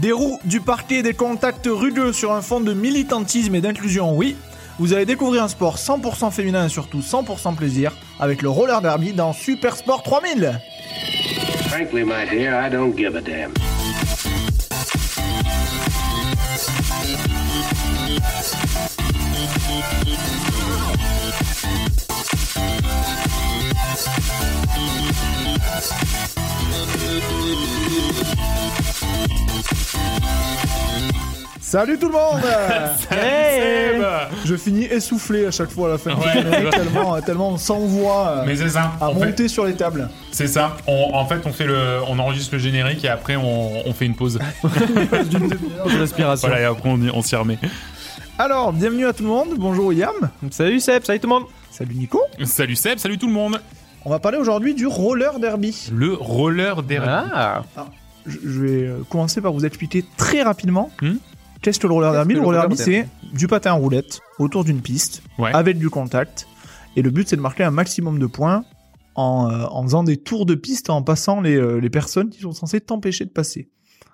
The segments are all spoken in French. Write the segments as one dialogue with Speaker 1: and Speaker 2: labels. Speaker 1: Des roues, du parquet, des contacts rugueux sur un fond de militantisme et d'inclusion, oui. Vous allez découvrir un sport 100% féminin et surtout 100% plaisir avec le roller derby dans Super Sport 3000.
Speaker 2: Frankly, my dear, I don't give a damn.
Speaker 1: Salut tout le monde
Speaker 3: Hey
Speaker 1: Je finis essoufflé à chaque fois à la fin du
Speaker 4: Ouais.
Speaker 1: générique, tellement, tellement on s'envoie euh,
Speaker 4: Mais c'est ça.
Speaker 1: à
Speaker 4: en fait.
Speaker 1: monter sur les tables.
Speaker 4: c'est ça. On- en fait, on fait le, on enregistre le générique et après on, on fait une
Speaker 1: Ah,
Speaker 4: pause.
Speaker 3: Respiration.
Speaker 4: voilà, et après on, y- on s'y remet.
Speaker 1: Alors, bienvenue à tout le monde, bonjour Yam,
Speaker 3: Salut Seb, salut tout le monde.
Speaker 1: salut Nico.
Speaker 4: Salut Seb, salut tout le monde.
Speaker 1: On va parler aujourd'hui du roller derby.
Speaker 4: Le roller derby.
Speaker 3: Ah,
Speaker 1: Je, je vais euh, commencer par vous expliquer très rapidement
Speaker 4: Hmm.
Speaker 1: qu'est-ce que le roller
Speaker 3: Qu'est-ce
Speaker 1: derby.
Speaker 3: que
Speaker 1: Le
Speaker 3: le
Speaker 1: roller derby,
Speaker 3: roller
Speaker 1: c'est du patin en roulette autour d'une piste
Speaker 4: Ouais.
Speaker 1: avec du contact. Et le but, c'est de marquer un maximum de points en, euh, en faisant des tours de piste, en passant les, euh, les personnes qui sont censées t'empêcher de passer.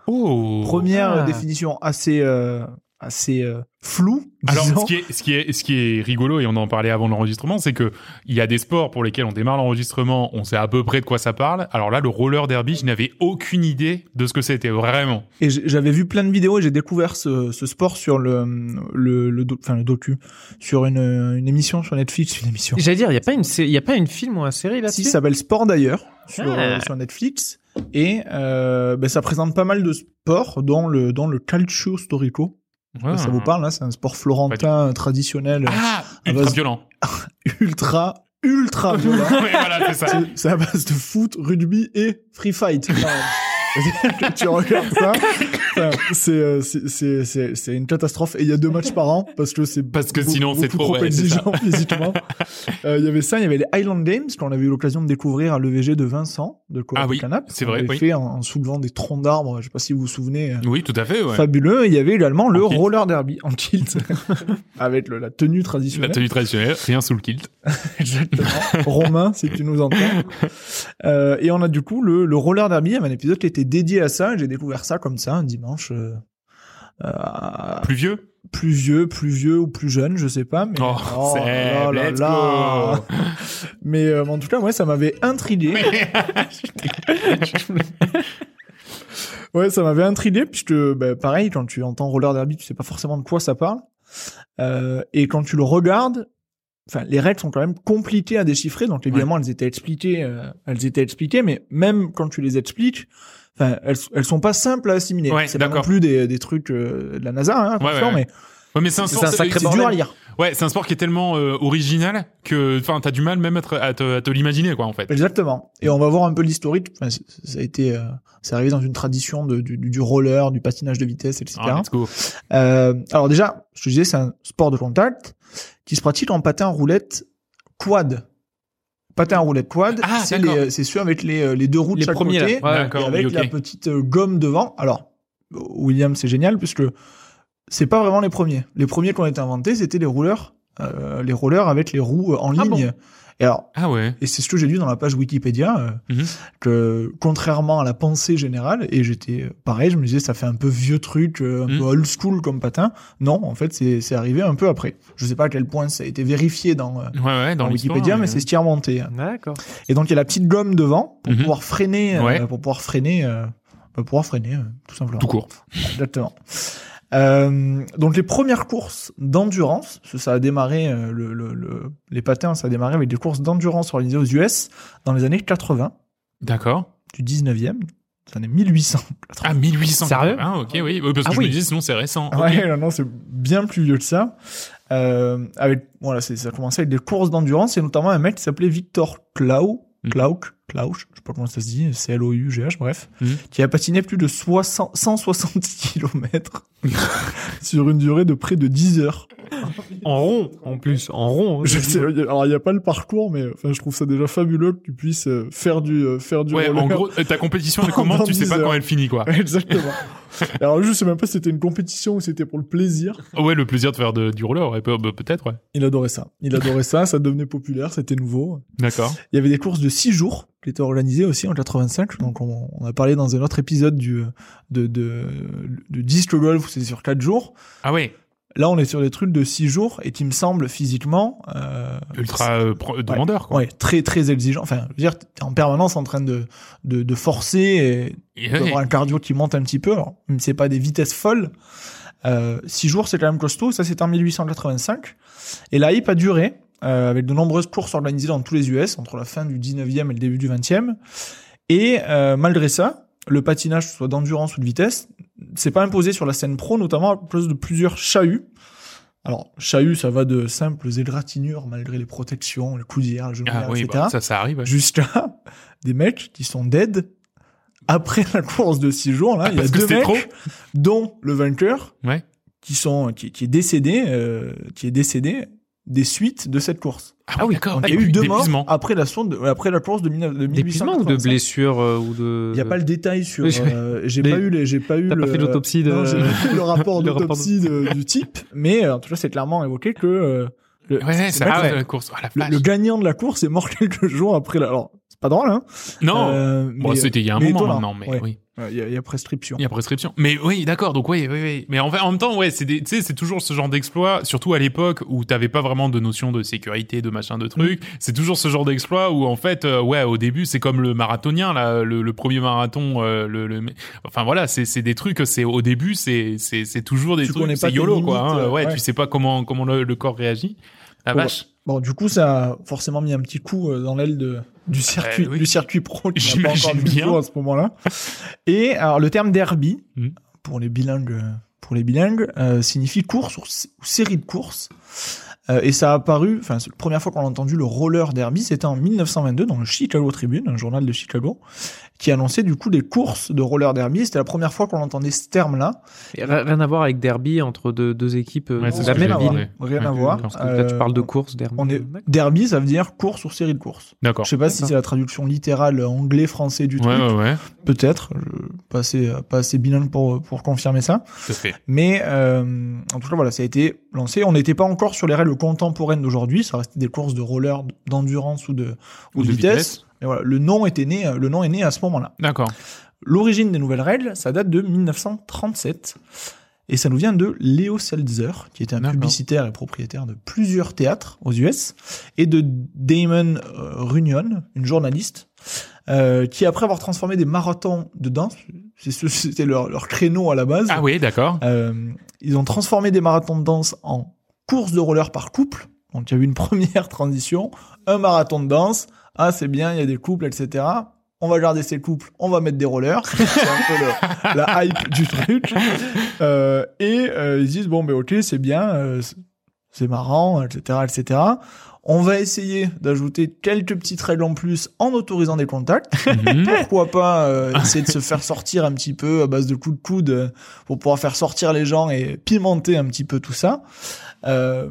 Speaker 4: Oh.
Speaker 1: Première
Speaker 3: Ah.
Speaker 1: euh, définition assez, euh, assez euh, floue.
Speaker 4: Alors,
Speaker 1: disons.
Speaker 4: ce qui, est, ce, qui est, ce qui est rigolo, et on en parlait avant l'enregistrement, c'est que il y a des sports pour lesquels on démarre l'enregistrement, on sait à peu près de quoi ça parle. Alors là, le roller derby, je n'avais aucune idée de ce que c'était, vraiment.
Speaker 1: Et j- j'avais vu plein de vidéos et j'ai découvert ce, ce sport sur le, le, le, do- enfin, le docu, sur une, une émission sur Netflix, une émission.
Speaker 3: j'allais dire, il y a pas une, sé- y a pas une film ou une série là-dessus.
Speaker 1: Si, ça s'appelle Sport d'ailleurs, sur,
Speaker 3: Ah.
Speaker 1: euh, sur Netflix. Et euh, ben, ça présente pas mal de sports, dont le, dont le calcio storico.
Speaker 4: Ah.
Speaker 1: Ça vous parle, hein, c'est un sport florentin traditionnel,
Speaker 4: Ah,
Speaker 1: Ah,
Speaker 4: ultra
Speaker 1: vas-y.
Speaker 4: violent.
Speaker 1: ultra, ultra violent.
Speaker 4: Ouais, voilà, c'est ça.
Speaker 1: C'est- C'est à base de foot, rugby et free fight. Enfin, c'est-à-dire que tu regardes ça, enfin, c'est, euh, c'est- c'est c'est- c'est une catastrophe. Et il y a deux matchs par an parce que c'est
Speaker 4: Parce que
Speaker 1: beaucoup-
Speaker 4: sinon, c'est
Speaker 1: beaucoup
Speaker 4: trop, ouais, c'est ça.
Speaker 1: exigeant physiquement. Euh, Il y avait ça, il y avait les Highland Games qu'on avait eu l'occasion de découvrir à l'EVG de Vincent de Coop
Speaker 4: Ah oui,
Speaker 1: Canap.
Speaker 4: c'est
Speaker 1: On
Speaker 4: vrai,
Speaker 1: l'avait
Speaker 4: oui.
Speaker 1: fait en, en soulevant des troncs d'arbres. Je sais pas si vous vous souvenez. euh,
Speaker 4: Oui, tout à fait, ouais.
Speaker 1: Fabuleux. Et il y avait également le
Speaker 4: En kilt.
Speaker 1: roller derby en kilt avec le- la tenue traditionnelle.
Speaker 4: La tenue traditionnelle, rien sous le kilt.
Speaker 1: Exactement. Romain, si tu nous entends. Euh, et on a du coup le, le roller derby, il y avait un épisode qui était dédié à ça. et J'ai découvert ça comme ça un dimanche. euh, euh,
Speaker 4: Plus vieux
Speaker 1: plus vieux, plus vieux ou plus jeune, je sais pas. Mais,
Speaker 4: Oh,
Speaker 1: là là
Speaker 4: Seb, let's
Speaker 1: là.
Speaker 4: go
Speaker 1: mais euh, en tout cas, ouais, ça m'avait intrigué. Ouais, ça m'avait intrigué puisque, bah, pareil, quand tu entends roller derby, tu sais pas forcément de quoi ça parle. Euh, et quand tu le regardes, enfin, les règles sont quand même compliquées à déchiffrer. Donc, évidemment, elles étaient expliquées, euh, elles étaient expliquées, mais même quand tu les expliques, enfin, elles, elles sont pas simples à assimiler.
Speaker 4: Ouais,
Speaker 1: c'est pas non
Speaker 4: d'accord.
Speaker 1: plus des, des trucs euh, de la NASA, hein,
Speaker 4: Ouais,
Speaker 1: attention,
Speaker 4: ouais, ouais. Ouais, mais c'est un,
Speaker 1: mais
Speaker 4: sport,
Speaker 1: c'est c'est dur à lire.
Speaker 4: Ouais, c'est un sport qui est tellement euh, original que, enfin, t'as du mal même à te, à te- à te l'imaginer, quoi, en fait.
Speaker 1: Exactement. Et on va voir un peu l'historique. Enfin, c- ça a été, euh, c'est arrivé dans une tradition de, du, du roller, du patinage de vitesse, etc.
Speaker 4: Ah, let's go.
Speaker 1: Euh, alors déjà, je te disais, c'est un sport de contact qui se pratique en patin à roulette quad. Patin à roulette quad,
Speaker 4: Ah,
Speaker 1: c'est
Speaker 4: d'accord.
Speaker 1: les- c'est ceux avec les, euh, les deux roues de
Speaker 3: Les
Speaker 1: chaque
Speaker 3: premiers, là.
Speaker 1: côté
Speaker 3: Ouais,
Speaker 1: et
Speaker 4: d'accord,
Speaker 1: avec
Speaker 4: oui, ok.
Speaker 1: la petite euh, gomme devant. Alors, William, c'est génial puisque c'est pas vraiment les premiers. Les premiers qui ont été inventés, c'était les rouleurs, euh, les rollers avec les roues euh, en
Speaker 3: Ah
Speaker 1: ligne. Et alors,
Speaker 4: Ah ouais.
Speaker 1: et c'est ce que j'ai lu dans la page Wikipédia, euh,
Speaker 4: Mhm.
Speaker 1: que contrairement à la pensée générale, et j'étais euh, pareil, je me disais ça fait un peu vieux truc, euh, un
Speaker 4: Mhm.
Speaker 1: peu old school comme patin. Non, en fait c'est c'est arrivé un peu après. Je sais pas à quel point ça a été vérifié dans, euh,
Speaker 4: Ouais, ouais, dans,
Speaker 1: dans Wikipédia,
Speaker 4: l'histoire, hein,
Speaker 1: mais, c'est ce qui est remonté. hein.
Speaker 3: D'accord.
Speaker 1: Et donc il y a la petite gomme devant pour
Speaker 4: Mhm.
Speaker 1: pouvoir freiner, euh,
Speaker 4: Ouais.
Speaker 1: pour pouvoir freiner, euh, pour pouvoir freiner, euh, tout simplement.
Speaker 4: Tout court.
Speaker 1: Exactement. Euh, donc les premières courses d'endurance, parce que ça a démarré, euh, le, le- le- les patins, ça a démarré avec des courses d'endurance organisées aux US dans les années 80
Speaker 4: D'accord.
Speaker 1: du 19e, des années 1800.
Speaker 4: Ah, 1800.
Speaker 3: Sérieux
Speaker 4: Ah, ok, oui. Ouais, Parce que
Speaker 3: Ah
Speaker 4: je
Speaker 3: oui.
Speaker 4: me dis, sinon, c'est récent. Ok.
Speaker 1: Ouais, non, non, c'est bien plus vieux que ça. Euh, avec, voilà, c'est, ça a commencé avec des courses d'endurance et notamment un mec qui s'appelait Victor Clau,
Speaker 4: Mhm.
Speaker 1: Clauch, Clauch, je sais pas comment ça se dit, C-L-O-U-G-H, bref,
Speaker 4: Mhm.
Speaker 1: qui a patiné plus de 60 160 km sur une durée de près de 10 heures.
Speaker 3: En rond, en plus, en
Speaker 4: Oh,
Speaker 3: rond. hein.
Speaker 1: Je sais, alors il n'y a pas le parcours, mais enfin, je trouve ça déjà fabuleux que tu puisses euh, faire du euh, faire du
Speaker 4: Ouais,
Speaker 1: roller.
Speaker 4: en gros, euh, ta compétition, elle
Speaker 1: Pendant
Speaker 4: commence, tu sais
Speaker 1: 10
Speaker 4: pas
Speaker 1: heures.
Speaker 4: quand elle finit, quoi.
Speaker 1: Exactement. alors je sais même pas si c'était une compétition ou si c'était pour le plaisir.
Speaker 4: Oh, Ouais, le plaisir de faire de- du roller, ouais, peu- bah, peut-être, ouais.
Speaker 1: Il adorait ça. Il adorait ça. Ça devenait populaire. C'était nouveau.
Speaker 4: D'accord.
Speaker 1: Il y avait des courses de 6 jours était organisé aussi en 85. Donc, on, on a parlé dans un autre épisode du, de, de, de disque golf où c'est sur 4 jours.
Speaker 4: Ah ouais,
Speaker 1: Là, on est sur des trucs de 6 jours et qui me semble physiquement, euh,
Speaker 4: ultra euh, pro- demandeur, quoi.
Speaker 1: ouais, très, très exigeant. Enfin, je veux dire, t'es en permanence en train de, de, de forcer et
Speaker 4: Et ouais,
Speaker 1: d'avoir un cardio qui monte un petit peu. Alors, même si c'est pas des vitesses folles. Euh, six jours, c'est quand même costaud. Ça, c'était en 1885. Et la hype a duré, euh, avec de nombreuses courses organisées dans tous les US, entre la fin du 19e et le début du 20e. Et euh, malgré ça, le patinage, que ce soit d'endurance ou de vitesse, c'est pas imposé sur la scène pro, notamment à cause de plusieurs chahuts. Alors, chahut, ça va de simples égratignures, malgré les protections, le coup d'hier, le genou
Speaker 4: Ah
Speaker 1: d'hier,
Speaker 4: oui,
Speaker 1: etc.
Speaker 4: bah, ça, ça arrive. ouais.
Speaker 1: Jusqu'à des mecs qui sont dead après la course de six jours. Là,
Speaker 4: Ah,
Speaker 1: il y a
Speaker 4: parce que
Speaker 1: deux
Speaker 4: c'était
Speaker 1: mecs,
Speaker 4: trop
Speaker 1: dont le vainqueur,
Speaker 4: Ouais.
Speaker 1: qui sont qui, qui est décédé, euh, qui est décédé des suites de cette course.
Speaker 4: Ah, oui, d'accord.
Speaker 1: Donc, il y a eu deux morts après la sonde, de- après la course de, 19- de
Speaker 3: D'épuisement ou de
Speaker 1: 1885.
Speaker 3: blessures euh, ou de.
Speaker 1: Il n'y a pas le détail sur.
Speaker 3: Oui, je-
Speaker 1: euh, j'ai
Speaker 3: Mais
Speaker 1: pas eu les, j'ai pas eu
Speaker 3: t'as
Speaker 1: le.
Speaker 3: pas fait l'autopsie de-
Speaker 1: euh, Non, j'ai pas eu le rapport
Speaker 3: le rapport
Speaker 1: d'autopsie de- du type, mais euh, en tout cas, c'est clairement évoqué que euh, le,
Speaker 4: Ouais, ouais,
Speaker 1: c'est
Speaker 4: ça
Speaker 1: pas
Speaker 4: arrive
Speaker 1: que-
Speaker 4: la course. Ah, la
Speaker 1: le,
Speaker 4: vache.
Speaker 1: le gagnant de la course est mort quelques jours après. La... Alors, c'est pas drôle, hein.
Speaker 4: Non,
Speaker 1: Euh,
Speaker 4: bon,
Speaker 1: mais,
Speaker 4: c'était il y a un
Speaker 1: mais
Speaker 4: moment
Speaker 1: étonnant,
Speaker 4: maintenant, mais
Speaker 1: ouais.
Speaker 4: oui.
Speaker 1: euh, Il y, a- il y a prescription.
Speaker 4: Il y a prescription. Mais oui, d'accord. Donc oui, oui, oui. Mais en, fait, en même temps, ouais, c'est des- tu sais, c'est toujours ce genre d'exploit, surtout à l'époque où t'avais pas vraiment de notion de sécurité, de machin, de truc.
Speaker 1: Mm.
Speaker 4: C'est toujours ce genre d'exploit où en fait, euh, ouais, au début, c'est comme le marathonien là, le, le premier marathon, euh, le, le- enfin voilà, c'est c'est des trucs. C'est au début, c'est c'est c'est toujours des
Speaker 1: Tu connais
Speaker 4: trucs.
Speaker 1: pas
Speaker 4: C'est
Speaker 1: tes
Speaker 4: yolo quoi.
Speaker 1: limites,
Speaker 4: hein.
Speaker 1: euh,
Speaker 4: ouais,
Speaker 1: ouais.
Speaker 4: tu sais pas comment comment le, le corps réagit. La
Speaker 1: Bon,
Speaker 4: vache.
Speaker 1: Bon, du coup, ça a forcément mis un petit coup euh, dans l'aile de, du circuit,
Speaker 4: Euh, oui.
Speaker 1: du circuit pro qui n'a pas
Speaker 4: J'imagine
Speaker 1: encore du
Speaker 4: bien.
Speaker 1: tout à ce moment-là. Et alors, le terme derby,
Speaker 4: Mhm.
Speaker 1: pour les bilingues, euh, pour les bilingues, euh, signifie course ou, s- ou série de courses. Euh, et ça a apparu, enfin, c'est la première fois qu'on a entendu le roller derby, c'était en 1922 dans le Chicago Tribune, un journal de Chicago, qui annonçait du coup des courses de roller derby. C'était la première fois qu'on entendait ce terme-là.
Speaker 3: Et ri- Rien à voir avec derby entre deux, deux équipes euh,
Speaker 4: Ouais,
Speaker 3: de
Speaker 4: c'est ce
Speaker 3: la
Speaker 4: que
Speaker 3: même
Speaker 4: j'allais dire,
Speaker 3: ville.
Speaker 4: ouais.
Speaker 1: Rien à
Speaker 4: Ouais,
Speaker 1: voir.
Speaker 3: Parce que là, tu
Speaker 1: Euh,
Speaker 3: parles de course, derby.
Speaker 1: on est derby, ça veut dire course ou série de courses.
Speaker 4: D'accord.
Speaker 1: Je sais pas si
Speaker 3: D'accord.
Speaker 1: c'est la traduction littérale anglais-français du
Speaker 4: Ouais,
Speaker 1: truc.
Speaker 4: ouais, ouais.
Speaker 1: Peut-être. Je- Pas assez, pas assez bilingue pour, pour confirmer ça.
Speaker 4: Tout à fait.
Speaker 1: Mais, euh, en tout cas, voilà, ça a été lancé. On n'était pas encore sur les règles contemporaines d'aujourd'hui. Ça restait des courses de roller, d'endurance ou de, ou de vitesse. Mais voilà, le nom était né, le nom est né à ce moment-là.
Speaker 4: D'accord.
Speaker 1: L'origine des nouvelles règles, ça date de 1937. Et ça nous vient de Leo Seltzer, qui était un
Speaker 4: D'accord.
Speaker 1: publicitaire et propriétaire de plusieurs théâtres aux US, et de Damon euh, Runyon, une journaliste, euh, qui après avoir transformé des marathons de danse, c'est ce- c'était leur, leur créneau à la base,
Speaker 4: Ah oui, d'accord.
Speaker 1: euh, ils ont transformé des marathons de danse en course de roller par couple. Donc il y a eu une première transition, un marathon de danse. Ah c'est bien, il y a des couples, etc. On va garder ces couples, on va mettre des rollers. C'est un peu le- la hype du truc. Euh, et euh, ils disent bon mais ok c'est bien, euh, c'est- c'est marrant, etc., etc. On va essayer d'ajouter quelques petites règles en plus en autorisant des contacts
Speaker 4: Mhm.
Speaker 1: pourquoi pas euh, essayer de se faire sortir un petit peu à base de coups de coude euh, pour pouvoir faire sortir les gens et pimenter un petit peu tout ça. Euh,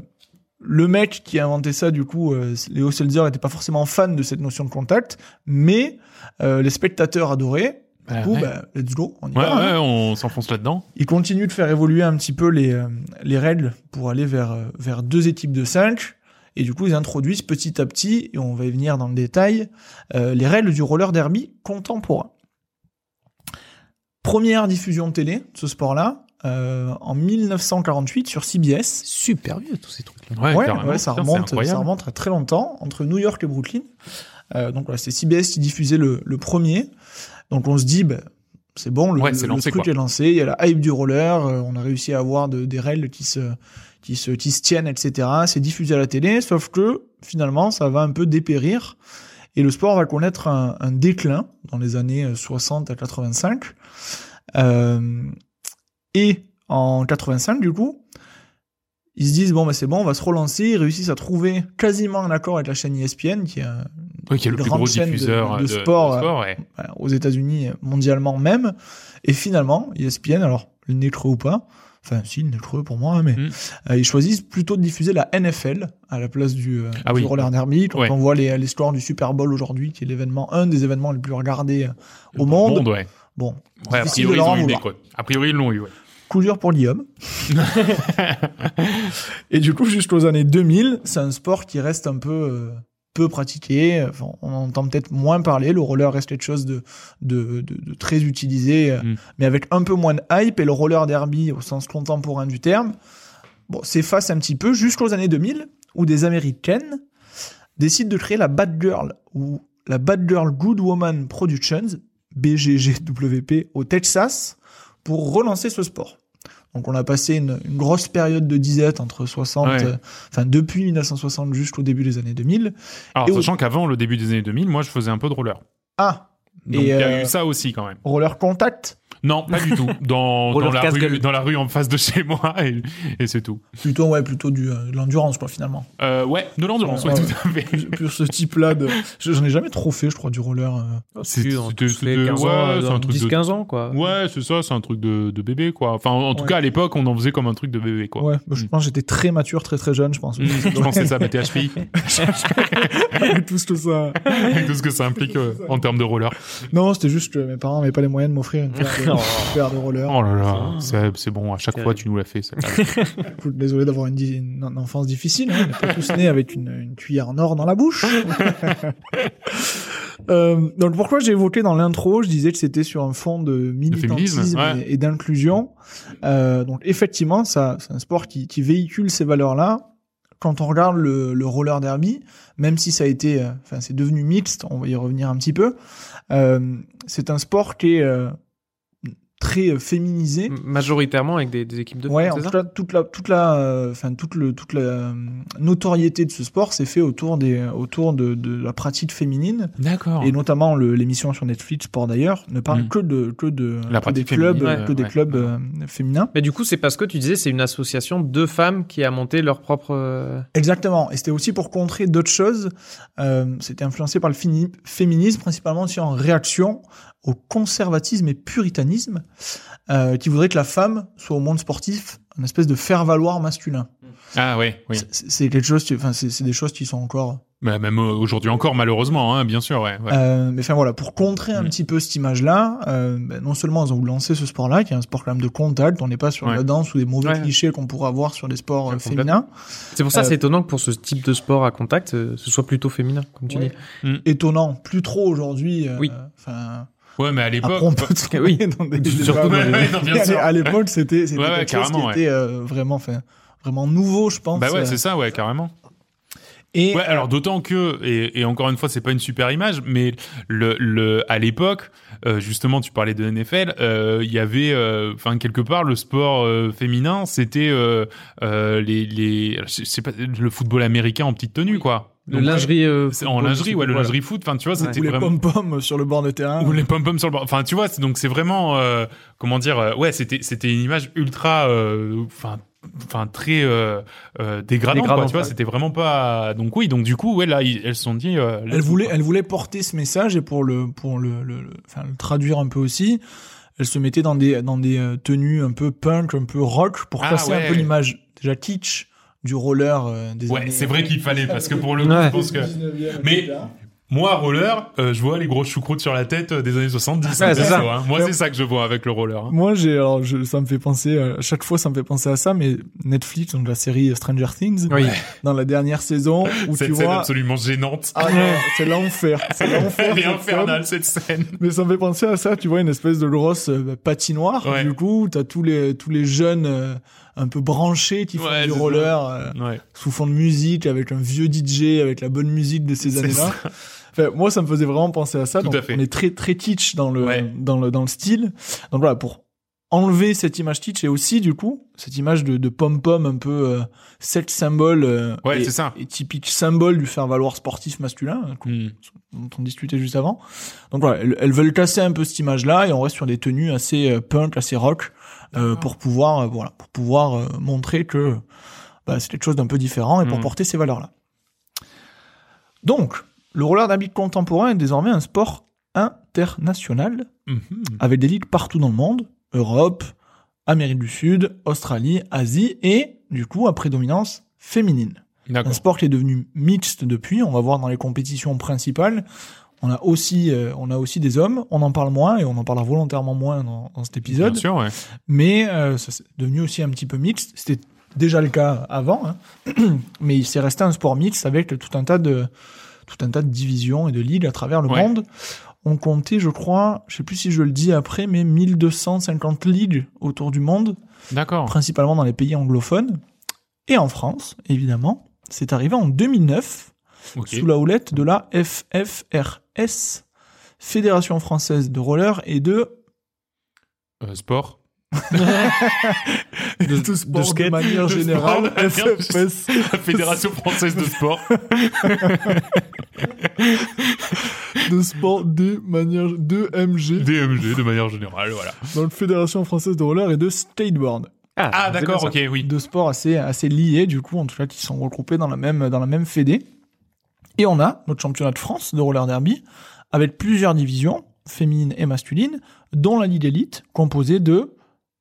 Speaker 1: le mec qui a inventé ça, du coup, euh, Léo Seltzer n'était pas forcément fan de cette notion de contact, mais euh, les spectateurs adoraient. Du
Speaker 4: Ah
Speaker 1: coup,
Speaker 4: ouais.
Speaker 1: bah, let's go, on y
Speaker 4: Ouais,
Speaker 1: va. hein.
Speaker 4: ouais, on s'enfonce là-dedans.
Speaker 1: Il continue de faire évoluer un petit peu les, euh, les règles pour aller vers, euh, vers deux équipes de 5. Et du coup, ils introduisent petit à petit, et on va y venir dans le détail, euh, les règles du roller derby contemporain. Première diffusion télé, de ce sport-là, euh, en 1948 sur CBS.
Speaker 3: Super vieux, tous ces trucs-là.
Speaker 4: Ouais,
Speaker 1: Ouais,
Speaker 4: carrément.
Speaker 1: ouais, ça,
Speaker 4: Putain, c'est
Speaker 1: remonte,
Speaker 4: incroyable.
Speaker 1: ça remonte à très longtemps, entre New York et Brooklyn. Euh, donc voilà, c'est CBS qui diffusait le, le premier. Donc on se dit, bah, c'est bon, le,
Speaker 4: Ouais, c'est
Speaker 1: le
Speaker 4: lancé,
Speaker 1: truc
Speaker 4: quoi.
Speaker 1: est lancé, il y a la hype du roller, euh, on a réussi à avoir de- des règles qui se, qui, se, qui se tiennent, etc. C'est diffusé à la télé, sauf que finalement, ça va un peu dépérir. Et le sport va connaître un, un déclin dans les années 60 à 85. Euh, et en 85, du coup, ils se disent bon bah c'est bon on va se relancer ils réussissent à trouver quasiment un accord avec la chaîne ESPN qui est euh,
Speaker 4: Oui, qui est le plus
Speaker 1: grande
Speaker 4: gros
Speaker 1: chaîne de-
Speaker 4: diffuseur
Speaker 1: de
Speaker 4: de,
Speaker 1: sport,
Speaker 4: de
Speaker 1: euh,
Speaker 4: ouais.
Speaker 1: voilà, aux États-Unis euh, mondialement même et finalement E ESPN alors le nez creux ou pas enfin si le nez creux pour moi hein, mais
Speaker 4: Mm.
Speaker 1: euh, ils choisissent plutôt de diffuser la NFL à la place du, euh,
Speaker 4: Ah
Speaker 1: du
Speaker 4: oui.
Speaker 1: roller derby quand
Speaker 4: Ouais.
Speaker 1: on voit les, les scores du Super Bowl aujourd'hui qui est l'événement un des événements les plus regardés euh, au monde,
Speaker 4: ouais.
Speaker 1: bon
Speaker 4: Ouais, a
Speaker 1: Difficile
Speaker 4: priori,
Speaker 1: de
Speaker 4: ils
Speaker 1: leur
Speaker 4: ont eu
Speaker 1: en
Speaker 4: des,
Speaker 1: vouloir.
Speaker 4: quoi. A priori, ils l'ont eu, ouais.
Speaker 1: coup dur pour Guillaume. et du coup, jusqu'aux années 2000, c'est un sport qui reste un peu euh, peu pratiqué. Enfin, on entend peut-être moins parler. Le roller reste quelque chose de, de, de, de très utilisé, euh,
Speaker 4: Mm.
Speaker 1: mais avec un peu moins de hype. Et le roller derby, au sens contemporain du terme, bon, s'efface un petit peu jusqu'aux années 2000, où des Américaines décident de créer la Bad Girl, ou la Bad Girl Good Woman Productions, BGGWP, au Texas, pour relancer ce sport. Donc on a passé une, une grosse période de disette entre 60,
Speaker 4: Ouais.
Speaker 1: euh, enfin depuis 1960 jusqu'au début des années 2000.
Speaker 4: Alors,
Speaker 1: Et au-
Speaker 4: sachant qu'avant le début des années 2000, moi, je faisais un peu de roller.
Speaker 1: Ah,
Speaker 4: Donc, il
Speaker 1: Et,
Speaker 4: y a
Speaker 1: euh,
Speaker 4: eu ça aussi quand même.
Speaker 1: roller contact,
Speaker 4: Non, pas du tout. Dans, dans,
Speaker 3: Roller
Speaker 4: la
Speaker 3: casse-gueule.
Speaker 4: rue, dans la rue en face de chez moi, et, et c'est tout.
Speaker 1: plutôt ouais, plutôt du, euh, de l'endurance quoi finalement.
Speaker 4: Euh, ouais, de l'endurance, ouais,
Speaker 1: Ouais, ouais.
Speaker 4: tout à fait.
Speaker 1: Plus, plus ce type-là de, je- j'en ai jamais trop fait, je crois, du roller. euh.
Speaker 4: C'est-
Speaker 3: Si, dans
Speaker 4: c'est-
Speaker 3: tous
Speaker 4: c'est-
Speaker 3: les
Speaker 4: ouais,
Speaker 3: 15 ans,
Speaker 4: c'est
Speaker 3: dans
Speaker 4: un truc de-
Speaker 3: 10-15 ans, quoi.
Speaker 4: Ouais, c'est ça, c'est un truc de, de bébé, quoi. Enfin, en, en tout
Speaker 1: Ouais.
Speaker 4: cas, à l'époque, on en faisait comme un truc de bébé, quoi.
Speaker 1: Ouais, bah, je
Speaker 4: Mm.
Speaker 1: pense que j'étais très mature, très très jeune, je pense.
Speaker 4: Mmh, je pense que c'est ça, ma THPI,
Speaker 1: Avec tout ce que ça.
Speaker 4: avec tout ce que ça implique euh, en termes de roller.
Speaker 1: Non, c'était juste que mes parents n'avaient pas les moyens de m'offrir une paire de, une paire de roller.
Speaker 4: Oh là là, c'est c'est bon, à chaque fois, tu nous l'as fait. ça.
Speaker 1: Écoute, Désolé d'avoir une, di- une- une enfance difficile. hein. On n'est pas tous nés avec une, une cuillère en or dans la bouche. Euh, donc pourquoi j'ai évoqué dans l'intro, je disais que c'était sur un fond de militantisme
Speaker 4: ouais.
Speaker 1: et, et d'inclusion. Euh, donc effectivement, ça, c'est un sport qui, qui véhicule ces valeurs-là. Quand on regarde le, le roller derby, même si ça a été, euh, enfin c'est devenu mixte, on va y revenir un petit peu. euh, c'est un sport qui est euh, très euh, féminisé.
Speaker 3: Majoritairement avec des, des équipes de
Speaker 1: Ouais,
Speaker 3: foot,
Speaker 1: en
Speaker 3: c'est
Speaker 1: tout
Speaker 3: ça
Speaker 1: cas, toute la, toute la, euh, enfin toute le, toute la euh, notoriété de ce sport s'est fait autour des, autour de, de la pratique féminine
Speaker 4: D'accord.
Speaker 1: et notamment le- l'émission sur Netflix Sport d'ailleurs ne parle
Speaker 4: Mm.
Speaker 1: que de, que de,
Speaker 4: La
Speaker 1: que des
Speaker 4: pratique
Speaker 1: clubs,
Speaker 4: féminine,
Speaker 1: que
Speaker 4: ouais,
Speaker 1: des
Speaker 4: ouais.
Speaker 1: clubs euh, féminins.
Speaker 3: Mais du coup, c'est parce que tu disais c'est une association de femmes qui a monté leur propre. euh,
Speaker 1: Exactement. Et c'était aussi pour contrer d'autres choses. Euh, c'était influencé par le fini- féminisme, principalement aussi en réaction au conservatisme et puritanisme, euh, qui voudrait que la femme soit au monde sportif un espèce de faire-valoir masculin.
Speaker 4: Ah ouais, oui.
Speaker 1: C'est- C'est quelque chose, qui- enfin, c'est c'est des choses qui sont encore
Speaker 4: Bah, même euh, aujourd'hui encore, malheureusement, hein, bien sûr, ouais. ouais.
Speaker 1: Euh, mais enfin voilà, pour contrer un
Speaker 4: Mm.
Speaker 1: petit peu cette image-là, euh, ben, non seulement ils ont lancé ce sport-là, qui est un sport quand même de contact, on n'est pas sur
Speaker 4: Ouais.
Speaker 1: la danse ou des mauvais
Speaker 3: Ouais.
Speaker 1: clichés qu'on pourrait avoir sur les sports
Speaker 4: Ouais,
Speaker 1: euh, féminins.
Speaker 3: C'est pour ça,
Speaker 1: Euh,
Speaker 3: c'est étonnant que pour ce type de sport à contact, euh, ce soit plutôt féminin, comme tu
Speaker 1: Ouais.
Speaker 3: dis.
Speaker 1: Étonnant, plus trop aujourd'hui. euh,
Speaker 3: Oui.
Speaker 1: Enfin,
Speaker 4: Ouais, mais à
Speaker 1: après
Speaker 4: l'époque.
Speaker 1: on peut se
Speaker 3: oui.
Speaker 1: trouver dans des débats,
Speaker 4: Surtout dans
Speaker 1: mais-
Speaker 4: les- ouais, non, bien
Speaker 1: mais
Speaker 4: sûr.
Speaker 1: À l'époque, c'était c'était
Speaker 4: Ouais, ouais,
Speaker 1: quelque chose qui
Speaker 4: carrément, ouais.
Speaker 1: était euh, vraiment, enfin, vraiment nouveau, je pense.
Speaker 4: Bah ouais,
Speaker 1: euh,
Speaker 4: c'est ça, ouais, carrément.
Speaker 1: et
Speaker 4: Ouais, alors d'autant que, et, et encore une fois, c'est pas une super image, mais le, le, à l'époque, euh, justement, tu parlais de NFL, euh, il y avait, euh, enfin, quelque part, le sport euh, féminin, c'était euh, euh, les, les, je sais pas, le football américain en petite tenue, quoi.
Speaker 3: Le
Speaker 4: Donc,
Speaker 3: lingerie. euh,
Speaker 4: c'est En
Speaker 3: football,
Speaker 4: lingerie, ouais, le
Speaker 3: voilà.
Speaker 4: lingerie foot, enfin, tu vois,
Speaker 3: Ouais.
Speaker 4: c'était
Speaker 1: ou les
Speaker 4: vraiment.
Speaker 1: pom-poms sur le bord de terrain.
Speaker 4: Ou les pom-poms sur le bord. Enfin, tu vois, c'est- donc c'est vraiment, euh, comment dire, euh, ouais, c'était c'était une image ultra, euh, enfin. Enfin, très euh, euh, dégradante,
Speaker 3: Dégradante,
Speaker 4: quoi, tu vois,
Speaker 3: ouais.
Speaker 4: c'était vraiment pas. Donc, oui, donc du coup, ouais, là, ils- elles se sont dit. euh,
Speaker 1: Elle
Speaker 4: let's-
Speaker 1: voulait, elle voulait porter ce message et pour le, pour le, le, le- enfin, le traduire un peu aussi, elle se mettait dans des, dans des euh, tenues un peu punk, un peu rock pour
Speaker 4: Ah,
Speaker 1: casser
Speaker 4: ouais.
Speaker 1: un peu l'image déjà kitsch du roller euh, des
Speaker 4: Ouais,
Speaker 1: années-
Speaker 4: c'est vrai qu'il fallait, parce que pour le coup,
Speaker 3: Ouais.
Speaker 4: je pense que. Mais moi, roller, euh, je vois les grosses choucroutes sur la tête euh, des années 70.
Speaker 3: Ouais, c'est
Speaker 4: perso,
Speaker 3: ça.
Speaker 4: hein. Moi,
Speaker 1: Ouais.
Speaker 4: c'est ça que je vois avec le roller. hein.
Speaker 1: Moi, j'ai, alors, je, ça me fait penser, euh, à chaque fois, ça me fait penser à ça, mais Netflix, donc la série Stranger Things,
Speaker 3: Oui.
Speaker 1: dans la dernière saison, où tu
Speaker 4: Cette scène
Speaker 1: vois,
Speaker 4: absolument gênante.
Speaker 1: ah non, c'est l'enfer, c'est l'enfer.
Speaker 4: Elle est
Speaker 1: cette scène.
Speaker 4: infernale, cette scène.
Speaker 1: Mais ça me fait penser à ça, tu vois, une espèce de grosse euh, patinoire.
Speaker 4: Ouais.
Speaker 1: Du coup, t'as tous les tous les jeunes euh, un peu branchés qui font
Speaker 4: Ouais,
Speaker 1: du
Speaker 4: c'est
Speaker 1: roller euh,
Speaker 4: Ouais.
Speaker 1: sous fond de musique avec un vieux DJ avec la bonne musique de ces
Speaker 4: C'est
Speaker 1: années-là. Enfin, moi, ça me faisait vraiment penser à ça.
Speaker 4: Tout
Speaker 1: donc
Speaker 4: à fait.
Speaker 1: On est très très kitsch dans le
Speaker 4: Ouais.
Speaker 1: dans le dans le style. Donc voilà pour enlever cette image kitsch et aussi du coup cette image de, de pom pom un peu euh, sex symbole euh,
Speaker 4: Ouais,
Speaker 1: et,
Speaker 4: c'est ça.
Speaker 1: et typique symbole du faire valoir sportif masculin hein,
Speaker 4: Hmm.
Speaker 1: dont on discutait juste avant. Donc voilà, elles, elles veulent casser un peu cette image-là et on reste sur des tenues assez euh, punk, assez rock euh, pour pouvoir euh, voilà, pour pouvoir euh, montrer que bah, c'est quelque chose d'un peu différent et pour
Speaker 4: Mhm.
Speaker 1: porter ces valeurs-là. Donc, le roller d'habit contemporain est désormais un sport international
Speaker 4: Mhm.
Speaker 1: avec des ligues partout dans le monde, Europe, Amérique du Sud, Australie, Asie et du coup à prédominance féminine un
Speaker 4: D'accord.
Speaker 1: sport qui est devenu mixte depuis. On va voir dans les compétitions principales. On a aussi, euh, on a aussi des hommes. On en parle moins et on en parlera volontairement moins dans, dans cet
Speaker 4: Bien
Speaker 1: épisode.
Speaker 4: sûr, ouais.
Speaker 1: Mais euh, ça, c'est devenu aussi un petit peu mixte. C'était déjà le cas avant, hein. mais il s'est resté un sport mixte avec tout un tas de tout un tas de divisions et de ligues à travers le
Speaker 4: Ouais.
Speaker 1: monde. On comptait, je crois, je sais plus si je le dis après, mais 1250 ligues autour du monde,
Speaker 4: D'accord.
Speaker 1: principalement dans les pays anglophones et en France, évidemment. C'est arrivé en 2009
Speaker 4: Ok.
Speaker 1: sous la houlette de la FFRS, Fédération française de roller et de
Speaker 4: Euh, sport.
Speaker 1: de,
Speaker 4: sport de skate.
Speaker 1: manière
Speaker 4: De sport
Speaker 1: générale,
Speaker 4: de manière
Speaker 1: FFS.
Speaker 4: La Fédération française de sport.
Speaker 1: de sport de manière de MG,
Speaker 4: DMG de manière générale, voilà.
Speaker 1: donc Fédération française de roller et de skateboard.
Speaker 4: Ah,
Speaker 3: c'est
Speaker 4: d'accord,
Speaker 3: bien
Speaker 4: ok, oui.
Speaker 1: Deux sports assez assez liés du coup, en tout cas qui sont regroupés dans la même dans la même fédé. Et on a notre championnat de France de roller derby avec plusieurs divisions féminines et masculines, dont la ligue élite composée de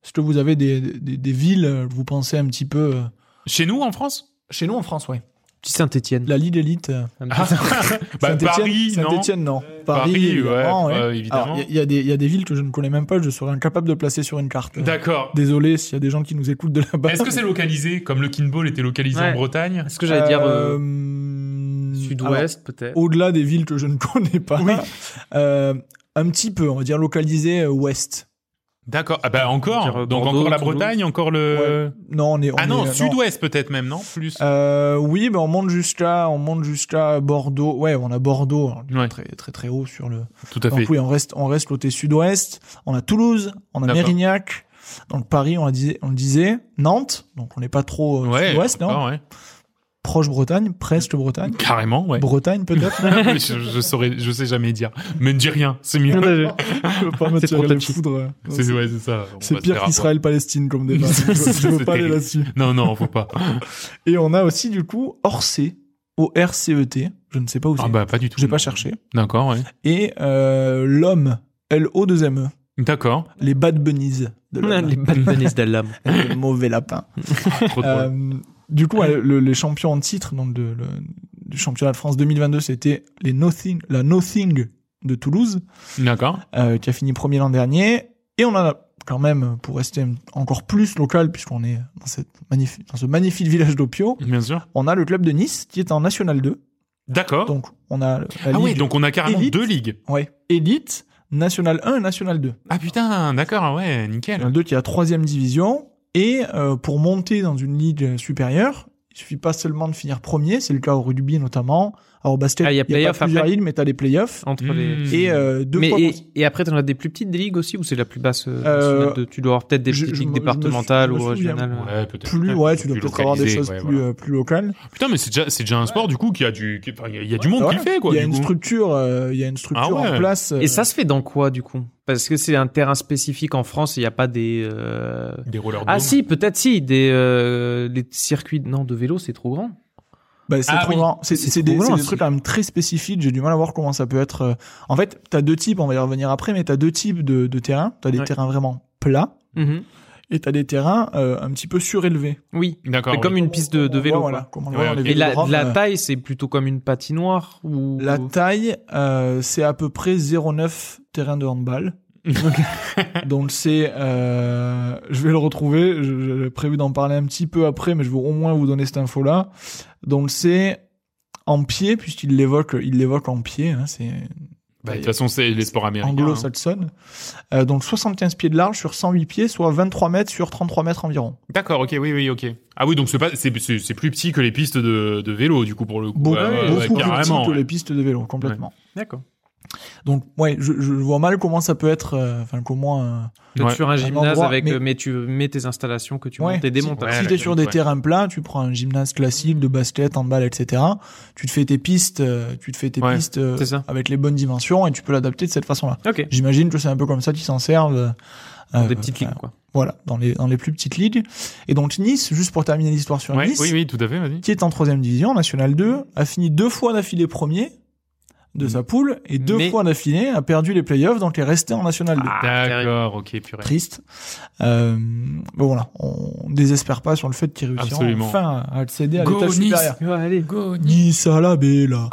Speaker 1: est-ce que vous avez des, des, des villes euh, que vous pensez un petit peu euh,
Speaker 4: Chez nous, en France
Speaker 1: chez nous en France, ouais.
Speaker 3: ça. Petit Saint-Étienne.
Speaker 1: La ligue élite euh,
Speaker 4: Ah, Bah, Paris, non Euh,
Speaker 1: Saint-Etienne, non.
Speaker 4: Paris,
Speaker 1: évidemment,
Speaker 4: ouais,
Speaker 1: ouais.
Speaker 4: bah, évidemment.
Speaker 1: Alors, Il y, a- il y a des- il y a des villes que je ne connais même pas, je serais incapable de placer sur une carte.
Speaker 4: D'accord.
Speaker 1: Désolé s'il y a des gens qui nous écoutent de là-bas.
Speaker 4: Est-ce que c'est localisé comme le Kinball était localisé
Speaker 3: Ouais.
Speaker 4: en Bretagne
Speaker 3: Est-ce que j'allais dire euh,
Speaker 1: Euh, alors,
Speaker 3: sud-ouest, peut-être
Speaker 1: Au-delà des villes que je ne connais pas,
Speaker 4: Oui.
Speaker 1: euh, un petit peu, on va dire localisé euh, ouest.
Speaker 4: D'accord. Ah bah
Speaker 3: Je veux dire, euh,
Speaker 4: encore. Donc
Speaker 3: Bordeaux,
Speaker 4: encore la
Speaker 3: Toulouse.
Speaker 4: Bretagne, encore le.
Speaker 1: Non, on est. on
Speaker 4: Ah non,
Speaker 1: est-
Speaker 4: sud-ouest peut-être même, non Plus.
Speaker 1: Euh, oui, ben on monte jusqu'à, on monte jusqu'à Bordeaux. Ouais, on a Bordeaux, alors,
Speaker 4: Ouais.
Speaker 1: très très très haut sur le,
Speaker 4: Tout à fait.
Speaker 1: Donc oui, on reste, on reste côté sud-ouest. On a Toulouse, on a
Speaker 4: D'accord.
Speaker 1: Mérignac. Donc Paris, on, la disait, on le disait. Nantes, donc on n'est pas trop euh,
Speaker 4: Ouais.
Speaker 1: sud-ouest, non
Speaker 4: d'accord, ouais.
Speaker 1: Proche Bretagne, presque Bretagne.
Speaker 4: Carrément, ouais.
Speaker 1: Bretagne peut-être
Speaker 4: Mais je, je saurais, je sais jamais dire. Mais ne dis rien, c'est mieux.
Speaker 1: Je veux pas me
Speaker 3: C'est
Speaker 1: tirer
Speaker 3: trop
Speaker 1: les
Speaker 3: petit.
Speaker 1: foudres, euh. Non,
Speaker 4: C'est ouais, c'est ça. On
Speaker 1: c'est
Speaker 4: va se
Speaker 1: pire
Speaker 4: faire
Speaker 1: qu'Israël-Palestine comme débat.
Speaker 4: C'est-
Speaker 1: je, veux- je veux
Speaker 4: c'est
Speaker 1: pas aller
Speaker 4: terrible.
Speaker 1: là-dessus.
Speaker 4: avoir. Non, non, faut pas.
Speaker 1: Et on a aussi du coup Orsay, au RCET. E Je ne sais pas où
Speaker 4: Ah
Speaker 1: c'est.
Speaker 4: bah pas du tout.
Speaker 1: J'ai pas cherché.
Speaker 4: D'accord, ouais.
Speaker 1: Et euh, l'homme, L-O-2-M-E,
Speaker 4: D'accord.
Speaker 1: E. les Bad Bunnies de l'homme.
Speaker 3: Les Bad Bunnies d'Alam.
Speaker 1: les mauvais lapins.
Speaker 4: Trop drôle.
Speaker 1: Euh, du coup, ouais, le- les champions en titre donc de, le- du championnat de France 2022, c'était les Nothing, la Nothing de Toulouse,
Speaker 4: D'accord.
Speaker 1: euh, qui a fini premier l'an dernier. Et on a quand même, pour rester encore plus local, puisqu'on est dans, cette magnifique, dans ce magnifique village d'Opio,
Speaker 4: Bien sûr.
Speaker 1: on a le club de Nice qui est en National 2.
Speaker 4: D'accord.
Speaker 1: Donc, on a la
Speaker 4: Oh. Ah
Speaker 1: ligue,
Speaker 4: oui, donc on a carrément
Speaker 1: Élite.
Speaker 4: deux ligues.
Speaker 1: ouais, Elite, National 1 et National 2.
Speaker 4: Ah putain, d'accord, ouais, nickel.
Speaker 1: National 2 qui est la troisième division. Et euh, pour monter dans une ligue supérieure, il suffit pas seulement de finir premier, c'est le cas au rugby notamment. Alors au basket,
Speaker 3: Ah, il y a
Speaker 1: pas
Speaker 3: play-off
Speaker 1: plusieurs
Speaker 3: après.
Speaker 1: ligues, mais t'as les playoffs.
Speaker 3: Entre les...
Speaker 4: Mm.
Speaker 1: Et euh, deux
Speaker 3: Mais
Speaker 1: fois
Speaker 3: et,
Speaker 1: pour-
Speaker 3: et après, t'en as des plus petites des ligues aussi, ou c'est la plus basse euh,
Speaker 1: Euh,
Speaker 3: nationale de- Tu dois avoir peut-être des
Speaker 1: je-
Speaker 3: petites
Speaker 1: je
Speaker 3: ligues
Speaker 1: me- je me
Speaker 3: départementales
Speaker 1: sou- je
Speaker 3: ou
Speaker 1: me souviens.
Speaker 3: régionales.
Speaker 4: Ouais, peut-être. Ah,
Speaker 1: plus,
Speaker 3: Ah,
Speaker 1: ouais, tu dois
Speaker 4: Plus
Speaker 1: peut-être avoir des
Speaker 4: localisé,
Speaker 1: choses
Speaker 4: ouais,
Speaker 1: plus,
Speaker 4: voilà.
Speaker 1: euh, plus locales.
Speaker 4: Putain, mais c'est déjà, c'est déjà un sport du coup qui a du, qui- enfin, il y a- il y a du monde
Speaker 1: Ouais,
Speaker 4: qui le fait quoi.
Speaker 1: il y a
Speaker 4: du
Speaker 1: une
Speaker 4: coup.
Speaker 1: structure, euh, il y a une structure
Speaker 4: Ah ouais.
Speaker 1: en place. euh,
Speaker 3: Et ça se fait dans quoi, du coup Parce que c'est un terrain spécifique en France, il n'y a pas des... euh,
Speaker 4: Des rollers.
Speaker 3: Ah
Speaker 4: domes.
Speaker 3: si, peut-être si, des euh, les circuits non, de vélo, c'est trop grand.
Speaker 1: bah, c'est
Speaker 4: Ah
Speaker 1: trop
Speaker 4: oui.
Speaker 1: grand. C'est
Speaker 3: C'est
Speaker 1: c'est
Speaker 3: trop
Speaker 1: des,
Speaker 3: grand,
Speaker 1: c'est des
Speaker 3: c'est-
Speaker 1: trucs quand même très spécifiques. J'ai du mal à voir comment ça peut être. euh, En fait, t'as deux types. On va y revenir après, mais t'as deux types de, de terrains. T'as des
Speaker 3: Ouais.
Speaker 1: terrains vraiment plats et t'as des terrains euh, un petit peu surélevés.
Speaker 3: Mm-hmm. Oui,
Speaker 4: D'accord.
Speaker 3: c'est comme
Speaker 4: oui.
Speaker 3: une piste de, de
Speaker 1: On voit,
Speaker 3: vélo. quoi.
Speaker 1: voilà, comme on le
Speaker 4: Ouais,
Speaker 1: voit dans
Speaker 4: ok.
Speaker 1: les
Speaker 3: Et la,
Speaker 1: vélodromes,
Speaker 3: la
Speaker 1: euh,
Speaker 3: taille, c'est plutôt comme une patinoire ou... Bah,
Speaker 1: la taille, euh, c'est à peu près 0,9 terrain de handball. Donc c'est, euh, je vais le retrouver. je- je- J'avais prévu d'en parler un petit peu après, mais je veux au moins vous donner cette info là. Donc c'est en pied, puisqu'il l'évoque, il l'évoque en pied. hein, c'est
Speaker 4: Bah, de toute façon, c'est les sports américains. hein.
Speaker 1: anglo-saxon. Euh, donc 75 pieds de large sur 108 pieds, soit 23 mètres sur 33 mètres environ.
Speaker 4: D'accord, ok, oui, oui, ok. Ah oui, donc c'est pas, c'est, c'est, c'est plus petit que les pistes de, de vélo du coup pour le coup.
Speaker 1: Beaucoup,
Speaker 4: Ouais, ouais,
Speaker 1: beaucoup
Speaker 4: ouais,
Speaker 1: plus petit
Speaker 4: carrément.
Speaker 1: que
Speaker 4: ouais.
Speaker 1: les pistes de vélo, complètement.
Speaker 3: D'accord.
Speaker 1: Donc ouais, je, je vois mal comment ça peut être, euh, enfin comment. euh,
Speaker 3: Peut-être
Speaker 4: Ouais.
Speaker 3: sur un
Speaker 1: Un
Speaker 3: gymnase
Speaker 1: endroit,
Speaker 3: avec
Speaker 1: mais-
Speaker 3: euh, mais... tu mets tes installations que tu
Speaker 1: Ouais.
Speaker 3: montes et démontes.
Speaker 4: Ouais,
Speaker 3: hein.
Speaker 1: si
Speaker 4: la
Speaker 1: t'es sur des
Speaker 4: ouais.
Speaker 1: terrains plats, tu prends un gymnase classique de basket, handball, etc. Tu te fais tes pistes, euh, tu te fais tes
Speaker 4: Ouais,
Speaker 1: pistes euh,
Speaker 3: c'est ça.
Speaker 1: avec les bonnes dimensions et tu peux l'adapter de cette façon-là.
Speaker 3: Ok.
Speaker 1: J'imagine que c'est un peu comme ça qu'ils s'en servent. euh, euh,
Speaker 3: des petites
Speaker 1: enfin,
Speaker 3: ligues quoi.
Speaker 1: Voilà, dans les dans les plus petites ligues. Et donc Nice, juste pour terminer l'histoire sur
Speaker 4: Ouais,
Speaker 1: Nice,
Speaker 4: Oui, oui, tout à fait, vas-y.
Speaker 1: qui est en troisième division, National 2, a fini deux fois d'affilée premier de sa poule et deux
Speaker 3: Mm. Mais-
Speaker 1: fois d'affilée a perdu les playoffs, donc est resté en National 2.
Speaker 4: D'accord, ok, purée.
Speaker 1: triste. Euh, bon voilà, on désespère pas sur le fait qu'ils réussiront
Speaker 4: Absolument.
Speaker 1: enfin à accéder à
Speaker 4: Go
Speaker 1: l'étage
Speaker 4: Nice.
Speaker 1: supérieur.
Speaker 3: allez.
Speaker 1: Nice à la bella.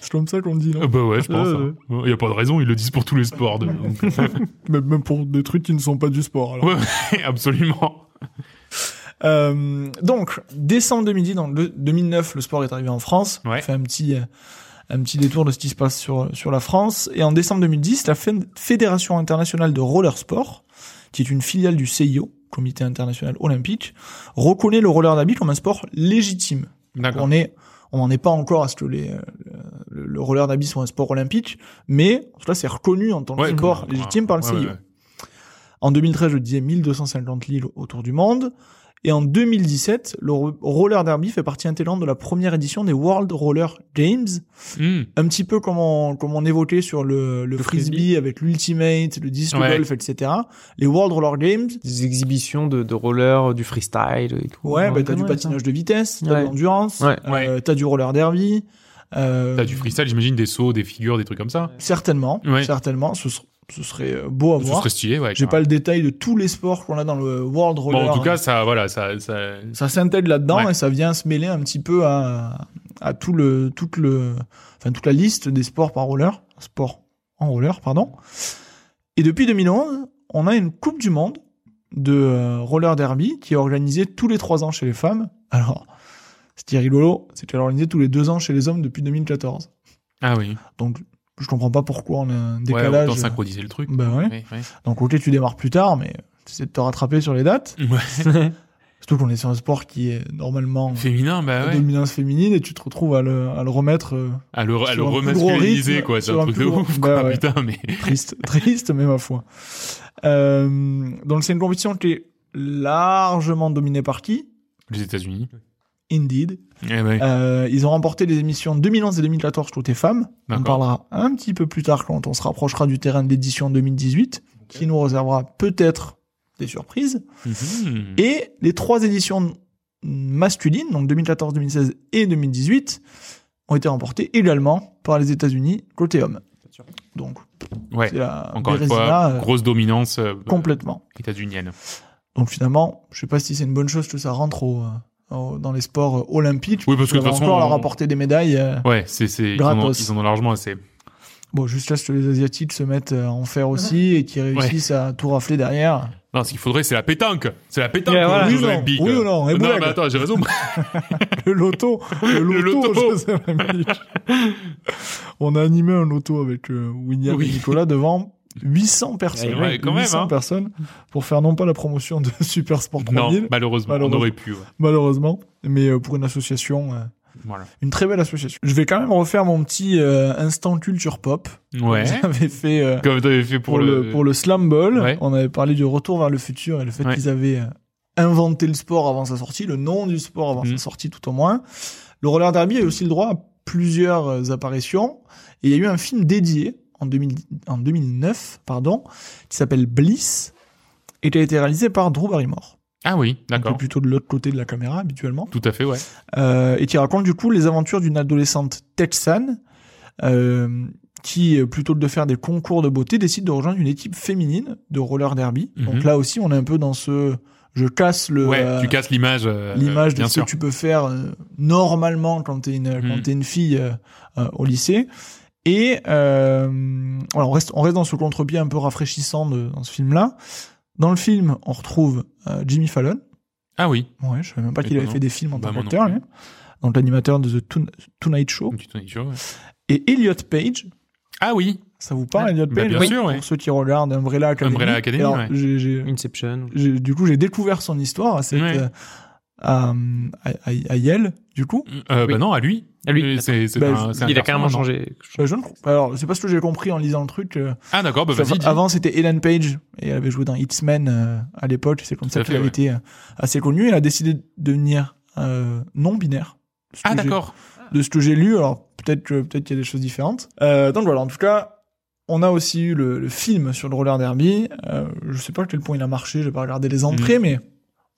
Speaker 1: C'est comme ça qu'on dit,
Speaker 4: Euh,
Speaker 1: non
Speaker 4: bah ouais, je pense.
Speaker 1: Ouais,
Speaker 4: hein. Il y a pas de raison, ils le disent pour tous les sports. de- donc.
Speaker 1: Même même pour des trucs qui ne sont pas du sport. alors.
Speaker 4: Ouais, absolument.
Speaker 1: Euh, donc, décembre 2010, donc le- 2009, le sport est arrivé en France.
Speaker 4: Ouais.
Speaker 1: On fait un petit, euh, un petit détour de ce qui se passe sur, sur la France. Et en décembre 2010, la Fé- Fédération internationale de roller sport, qui est une filiale du CIO, Comité international olympique, reconnaît le roller derby comme un sport légitime.
Speaker 4: D'accord.
Speaker 1: On est, on n'en est pas encore à ce que les, euh, le, le roller derby soit un sport olympique, mais en tout cas, c'est reconnu en tant que
Speaker 4: Ouais,
Speaker 1: sport
Speaker 4: comme-
Speaker 1: légitime par le
Speaker 4: ouais,
Speaker 1: CIO.
Speaker 4: ouais, ouais.
Speaker 1: En 2013, je disais 1250 ligues autour du monde. Et en 2017, le ro- roller derby fait partie intégrante de la première édition des World Roller Games.
Speaker 4: Hmm.
Speaker 1: Un petit peu comme on, comme on évoquait sur le, le,
Speaker 3: Le
Speaker 1: frisbee,
Speaker 3: frisbee.
Speaker 1: avec l'ultimate, le disc
Speaker 4: Ouais.
Speaker 1: golf, etc. Les World Roller Games,
Speaker 3: Des exhibitions de, de roller, du freestyle et tout.
Speaker 1: ouais, bah, t'as du
Speaker 3: ouais,
Speaker 1: patinage de vitesse, t'as
Speaker 3: Ouais.
Speaker 1: de l'endurance,
Speaker 3: Ouais.
Speaker 1: euh, t'as du roller derby. euh,
Speaker 4: T'as du freestyle, j'imagine, des sauts, des figures, des trucs comme ça.
Speaker 1: Certainement,
Speaker 4: Ouais.
Speaker 1: certainement. Ce, ser- ce serait euh, beau à
Speaker 4: Ce
Speaker 1: voir.
Speaker 4: serait stylé, ouais.
Speaker 1: J'ai
Speaker 4: carrément.
Speaker 1: pas le hein. détail de tous les sports qu'on a dans le World Roller.
Speaker 4: Bon, en tout cas, ça, voilà, ça, ça...
Speaker 1: ça s'intègre là-dedans
Speaker 4: Ouais.
Speaker 1: et ça vient se mêler un petit peu à, à tout le, toute le, enfin, toute la liste des sports par roller, sport en roller, pardon. Et depuis 2011, on a une Coupe du Monde de euh, roller derby qui est organisée tous les trois ans chez les femmes. Alors, ce qui est rigolo, c'est qu'elle est organisée tous les deux ans chez les hommes depuis 2014.
Speaker 4: Ah oui.
Speaker 1: Donc, je comprends pas pourquoi on a un
Speaker 4: Ouais,
Speaker 1: décalage.
Speaker 4: autant synchroniser le truc.
Speaker 1: Ben ouais.
Speaker 4: Ouais, ouais.
Speaker 1: Donc, ok, tu démarres plus tard, mais t'essaies de te rattraper sur les dates. Surtout qu'on est sur un sport qui est normalement
Speaker 4: Féminin, bah
Speaker 1: la
Speaker 4: ouais.
Speaker 1: dominance féminine et tu te retrouves à le, à le remettre euh,
Speaker 4: À le, à
Speaker 1: Sur
Speaker 4: le
Speaker 1: un plus gros
Speaker 4: remasculiniser,
Speaker 1: rythme,
Speaker 4: quoi. C'est
Speaker 1: sur un
Speaker 4: un truc
Speaker 1: plus
Speaker 4: de
Speaker 1: gros-
Speaker 4: ouf,
Speaker 1: Bah
Speaker 4: quoi.
Speaker 1: ouais.
Speaker 4: Putain, mais.
Speaker 1: triste, triste mais ma foi. Euh, donc c'est une compétition qui est largement dominée par qui
Speaker 4: Les États-Unis.
Speaker 1: Indeed.
Speaker 4: Eh ouais.
Speaker 1: Euh, ils ont remporté les émissions 2011 et 2014 côté femmes. On
Speaker 4: D'accord.
Speaker 1: parlera un petit peu plus tard quand on se rapprochera du terrain de l'édition 2018 qui nous réservera peut-être des surprises.
Speaker 4: Mhm.
Speaker 1: Et les trois éditions masculines, donc 2014, 2016 et 2018, ont été remportées également par les États-Unis côté homme. Donc,
Speaker 4: Ouais.
Speaker 1: c'est la
Speaker 4: Encore une
Speaker 1: Bérésina,
Speaker 4: fois,
Speaker 1: euh,
Speaker 4: grosse dominance euh,
Speaker 1: complètement.
Speaker 4: états-unienne.
Speaker 1: Donc finalement, je sais pas si c'est une bonne chose que ça rentre au, euh, au- dans les sports euh, olympiques.
Speaker 4: Oui, parce que
Speaker 1: Ils
Speaker 4: de toute
Speaker 1: doivent
Speaker 4: façon,
Speaker 1: encore leur
Speaker 4: on-
Speaker 1: rapporter des médailles. euh,
Speaker 4: Ouais, c'est, c'est, ils, en ont,
Speaker 1: Gratos.
Speaker 4: ils en ont largement assez.
Speaker 1: Bon, juste à ce que les Asiatiques se mettent euh, à en faire aussi et qui réussissent à tout rafler derrière.
Speaker 4: Non, ce qu'il faudrait, c'est la pétanque. C'est la pétanque
Speaker 3: Ouais,
Speaker 4: aux
Speaker 3: voilà.
Speaker 4: Jeux
Speaker 1: Oui ou non
Speaker 4: Olympiques.
Speaker 1: Oui ou non Et
Speaker 4: Non,
Speaker 1: blague.
Speaker 4: mais attends, j'ai raison.
Speaker 1: Le loto, le loto,
Speaker 4: Le loto.
Speaker 1: aux Jeux Olympiques. On a animé un loto avec euh, William
Speaker 4: Oui.
Speaker 1: et Nicolas devant 800 personnes.
Speaker 4: Ouais, quand même,
Speaker 1: 800
Speaker 4: hein.
Speaker 1: personnes pour faire non pas la promotion de Super Sport 3000,
Speaker 4: non, malheureusement, on
Speaker 1: Malheureusement.
Speaker 4: aurait pu. ouais.
Speaker 1: malheureusement, mais euh, pour une association, euh,
Speaker 4: Voilà.
Speaker 1: une très belle association. Je vais quand même refaire mon petit euh, instant culture pop.
Speaker 4: Ouais.
Speaker 1: J'avais fait euh,
Speaker 4: Comme t'avais fait pour,
Speaker 1: pour, le, pour le slam ball.
Speaker 4: Ouais.
Speaker 1: On avait parlé du retour vers le futur et le fait
Speaker 4: Ouais.
Speaker 1: qu'ils avaient euh, inventé le sport avant sa sortie, le nom du sport avant
Speaker 4: Mhm.
Speaker 1: sa sortie tout au moins. Le roller derby a eu aussi le droit à plusieurs euh, apparitions et il y a eu un film dédié en, 2000 en 2009 pardon, qui s'appelle Bliss et qui a été réalisé par Drew Barrymore,
Speaker 4: Ah oui,
Speaker 1: qui est
Speaker 4: d'accord.
Speaker 1: plutôt de l'autre côté de la caméra habituellement,
Speaker 4: Tout à fait, ouais.
Speaker 1: euh, et qui raconte du coup les aventures d'une adolescente texane euh, qui, euh, plutôt que de faire des concours de beauté, décide de rejoindre une équipe féminine de roller derby.
Speaker 4: Mhm.
Speaker 1: Donc là aussi, on est un peu dans ce je casse le
Speaker 4: Ouais,
Speaker 1: euh,
Speaker 4: tu casses l'image. euh,
Speaker 1: l'image de
Speaker 4: bien
Speaker 1: ce
Speaker 4: sûr.
Speaker 1: que tu peux faire euh, normalement quand t'es une quand
Speaker 4: Mhm.
Speaker 1: t'es une fille euh, euh, au lycée. Et euh, voilà, on reste on reste dans ce contre-pied un peu rafraîchissant de, dans ce film-là. Dans le film, on retrouve euh, Jimmy Fallon.
Speaker 4: Ah oui.
Speaker 1: Ouais, je savais même pas qu'il
Speaker 4: Étonnant.
Speaker 1: avait fait des films en
Speaker 4: Bah,
Speaker 1: tant
Speaker 4: moi non Mm.
Speaker 1: qu'acteur,
Speaker 4: plus.
Speaker 1: lui. hein. donc l'animateur de The Toon- Tonight Show
Speaker 4: Une petite anecdote, ouais.
Speaker 1: et Elliot Page.
Speaker 4: Ah oui.
Speaker 1: Ça vous parle,
Speaker 3: Ouais.
Speaker 1: Elliot
Speaker 4: Bah,
Speaker 1: Page
Speaker 4: bien
Speaker 1: hein,
Speaker 4: sûr,
Speaker 1: Pour
Speaker 4: ouais.
Speaker 1: ceux qui regardent Umbrella Academy.
Speaker 4: Umbrella Academy,
Speaker 1: Alors,
Speaker 4: ouais.
Speaker 1: j'ai- j'ai-
Speaker 3: Inception.
Speaker 1: j'ai- du coup, j'ai découvert son histoire à, cette,
Speaker 4: Ouais.
Speaker 1: euh, à, à, à- à Yale, du coup.
Speaker 4: Euh, Bah
Speaker 3: Oui.
Speaker 4: non, à lui.
Speaker 3: À lui.
Speaker 4: Euh, C'est, c'est
Speaker 1: Bah,
Speaker 4: un- c'est un
Speaker 3: Il a
Speaker 4: garçon,
Speaker 3: carrément
Speaker 4: non
Speaker 3: changé.
Speaker 1: Euh, je ne- Alors, c'est pas ce que j'ai compris en lisant le truc. euh,
Speaker 4: Ah d'accord, bah
Speaker 1: parce
Speaker 4: vas-y.
Speaker 1: que
Speaker 4: dis.
Speaker 1: avant, c'était Ellen Page et elle avait joué dans X-Men euh, à l'époque. C'est comme
Speaker 4: Tout
Speaker 1: ça
Speaker 4: à
Speaker 1: qu'elle
Speaker 4: fait,
Speaker 1: avait
Speaker 4: ouais.
Speaker 1: été euh, assez connue. Elle a décidé de devenir euh, non-binaire. Ce
Speaker 4: Ah
Speaker 1: que j'ai-
Speaker 4: d'accord.
Speaker 1: de ce que j'ai lu. Alors peut-être que peut-être qu'il y a des choses différentes. Euh, donc voilà, en tout cas, on a aussi eu le, le film sur le roller derby. Euh, je sais pas à quel point il a marché, j'ai pas regardé les entrées, mais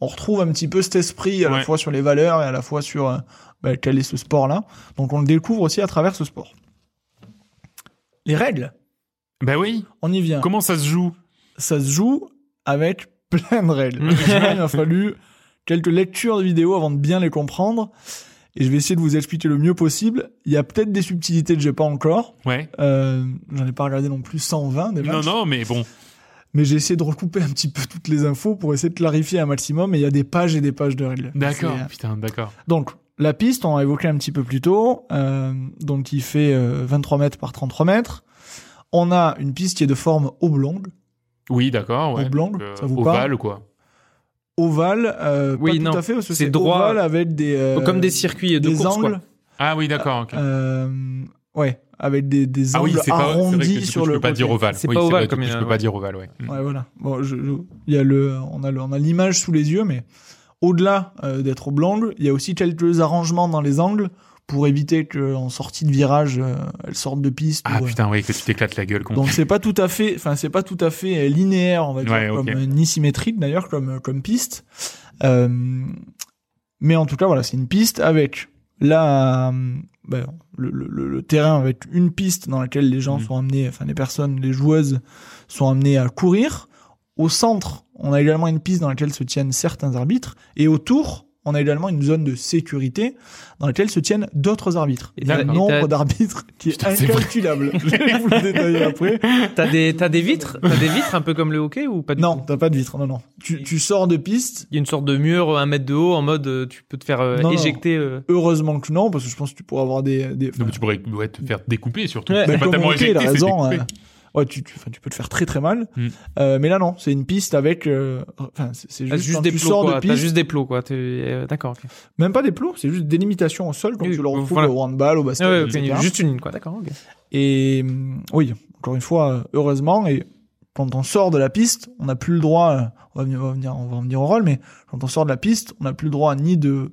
Speaker 1: on retrouve un petit peu cet esprit à la
Speaker 4: Ouais.
Speaker 1: fois sur les valeurs et à la fois sur euh, bah, quel est ce sport-là. Donc on le découvre aussi à travers ce sport. Les règles,
Speaker 4: Bah oui.
Speaker 1: on y vient.
Speaker 4: Comment ça se joue
Speaker 1: Ça se joue avec plein de règles. Effectivement, il a fallu quelques lectures de vidéos avant de bien les comprendre. Et je vais essayer de vous expliquer le mieux possible. Il y a peut-être des subtilités que j'ai pas encore.
Speaker 4: Ouais.
Speaker 1: Euh, J'en ai pas regardé non plus 120 des
Speaker 4: Non,
Speaker 1: matchs.
Speaker 4: non, mais bon.
Speaker 1: mais j'ai essayé de recouper un petit peu toutes les infos pour essayer de clarifier un maximum. Et il y a des pages et des pages de règles.
Speaker 4: D'accord,
Speaker 1: C'est, euh,
Speaker 4: putain, d'accord.
Speaker 1: Donc, la piste, on a évoqué un petit peu plus tôt, euh, donc il fait euh, 23 mètres par 33 mètres. On a une piste qui est de forme oblongue,
Speaker 4: Oui, d'accord, ouais.
Speaker 1: Oblong,
Speaker 4: donc, euh,
Speaker 1: ça vous parle
Speaker 4: ovale, quoi.
Speaker 1: ovale, euh,
Speaker 3: Oui,
Speaker 1: pas
Speaker 3: non,
Speaker 1: tout à fait, parce que
Speaker 3: c'est
Speaker 1: c'est
Speaker 3: droit.
Speaker 1: ovale avec des... euh,
Speaker 3: Comme des circuits de
Speaker 1: des
Speaker 3: course, quoi.
Speaker 1: angles,
Speaker 4: Ah oui, d'accord, ok.
Speaker 1: euh, ouais, avec des, des
Speaker 4: ah
Speaker 1: angles
Speaker 4: oui, c'est pas c'est vrai que,
Speaker 1: arrondis
Speaker 4: du coup,
Speaker 1: sur
Speaker 4: je
Speaker 1: le
Speaker 4: peux pas
Speaker 1: côté.
Speaker 4: dire ovale.
Speaker 3: C'est
Speaker 4: Oui,
Speaker 3: pas ovale
Speaker 4: vrai, du
Speaker 3: comme
Speaker 4: coup,
Speaker 3: il y
Speaker 4: je
Speaker 3: en a,
Speaker 4: peux pas
Speaker 3: ouais.
Speaker 4: dire ovale, ouais. Mm.
Speaker 1: Ouais, voilà. Bon, je- je- il y a le, on a le- on a l'image sous les yeux, mais au-delà euh, d'être oblongue, il y a aussi quelques arrangements dans les angles pour éviter qu'en sortie de virage, euh, elle sorte de piste.
Speaker 4: Ah
Speaker 1: ou, euh,
Speaker 4: putain, oui, que tu t'éclates la gueule contre.
Speaker 1: Donc c'est pas tout à fait, enfin c'est pas tout à fait euh, linéaire, on va dire,
Speaker 4: Ouais,
Speaker 1: comme,
Speaker 4: ok.
Speaker 1: euh, ni symétrique d'ailleurs comme comme piste. Euh, mais en tout cas voilà, c'est une piste avec la euh, ben, le, le- le- le terrain avec une piste dans laquelle les gens
Speaker 4: Mhm.
Speaker 1: sont amenés, enfin les personnes, les joueuses sont amenées à courir. Au centre, on a également une piste dans laquelle se tiennent certains arbitres, et autour, on a également une zone de sécurité dans laquelle se tiennent d'autres arbitres.
Speaker 3: Et
Speaker 1: Il y a
Speaker 3: t'as-
Speaker 1: un
Speaker 3: et
Speaker 1: nombre
Speaker 3: t'as-
Speaker 1: d'arbitres qui est
Speaker 4: Putain, c'est vrai.
Speaker 1: incalculable. Je vais vous le détailler après.
Speaker 3: T'as des, t'as des vitres T'as des vitres un peu comme le hockey ou pas du
Speaker 1: Non,
Speaker 3: tout
Speaker 1: t'as pas de vitre, non, non. Tu, tu sors de piste,
Speaker 3: Il y a une sorte de mur un mètre de haut en mode euh, tu peux te faire euh,
Speaker 1: Non, non.
Speaker 3: éjecter. euh.
Speaker 1: heureusement que non, parce que je pense que tu pourras avoir des... des
Speaker 4: Donc tu pourrais ouais, te faire découper surtout.
Speaker 3: Ouais.
Speaker 4: C'est
Speaker 1: Ben,
Speaker 4: pas
Speaker 1: comme
Speaker 4: tellement
Speaker 1: on dit, il a
Speaker 4: éjecté, c'est
Speaker 1: raison,
Speaker 4: découpé.
Speaker 1: euh, ouais, tu, tu, enfin, tu peux te faire très très mal.
Speaker 4: Mm.
Speaker 1: Euh, mais là, non, c'est une piste avec... euh, Enfin, c'est c'est
Speaker 3: T'as
Speaker 1: juste,
Speaker 3: juste
Speaker 1: quand
Speaker 3: des
Speaker 1: tu
Speaker 3: plots,
Speaker 1: sors
Speaker 3: quoi.
Speaker 1: de
Speaker 3: T'as
Speaker 1: piste,
Speaker 3: juste des plots, quoi. T'es- euh, D'accord. ok.
Speaker 1: même pas des plots, c'est juste des limitations au sol, comme
Speaker 3: Oui,
Speaker 1: tu le retrouves
Speaker 3: voilà.
Speaker 1: au handball, au basket,
Speaker 3: Ah ouais, ok,
Speaker 1: etc.
Speaker 3: Juste une ligne, quoi. D'accord. ok.
Speaker 1: Et hum, oui, encore une fois, euh, heureusement, et quand on sort de la piste, on n'a plus le droit, euh, on va, venir- on va venir, on va en venir au rôle, mais quand on sort de la piste, on n'a plus le droit ni de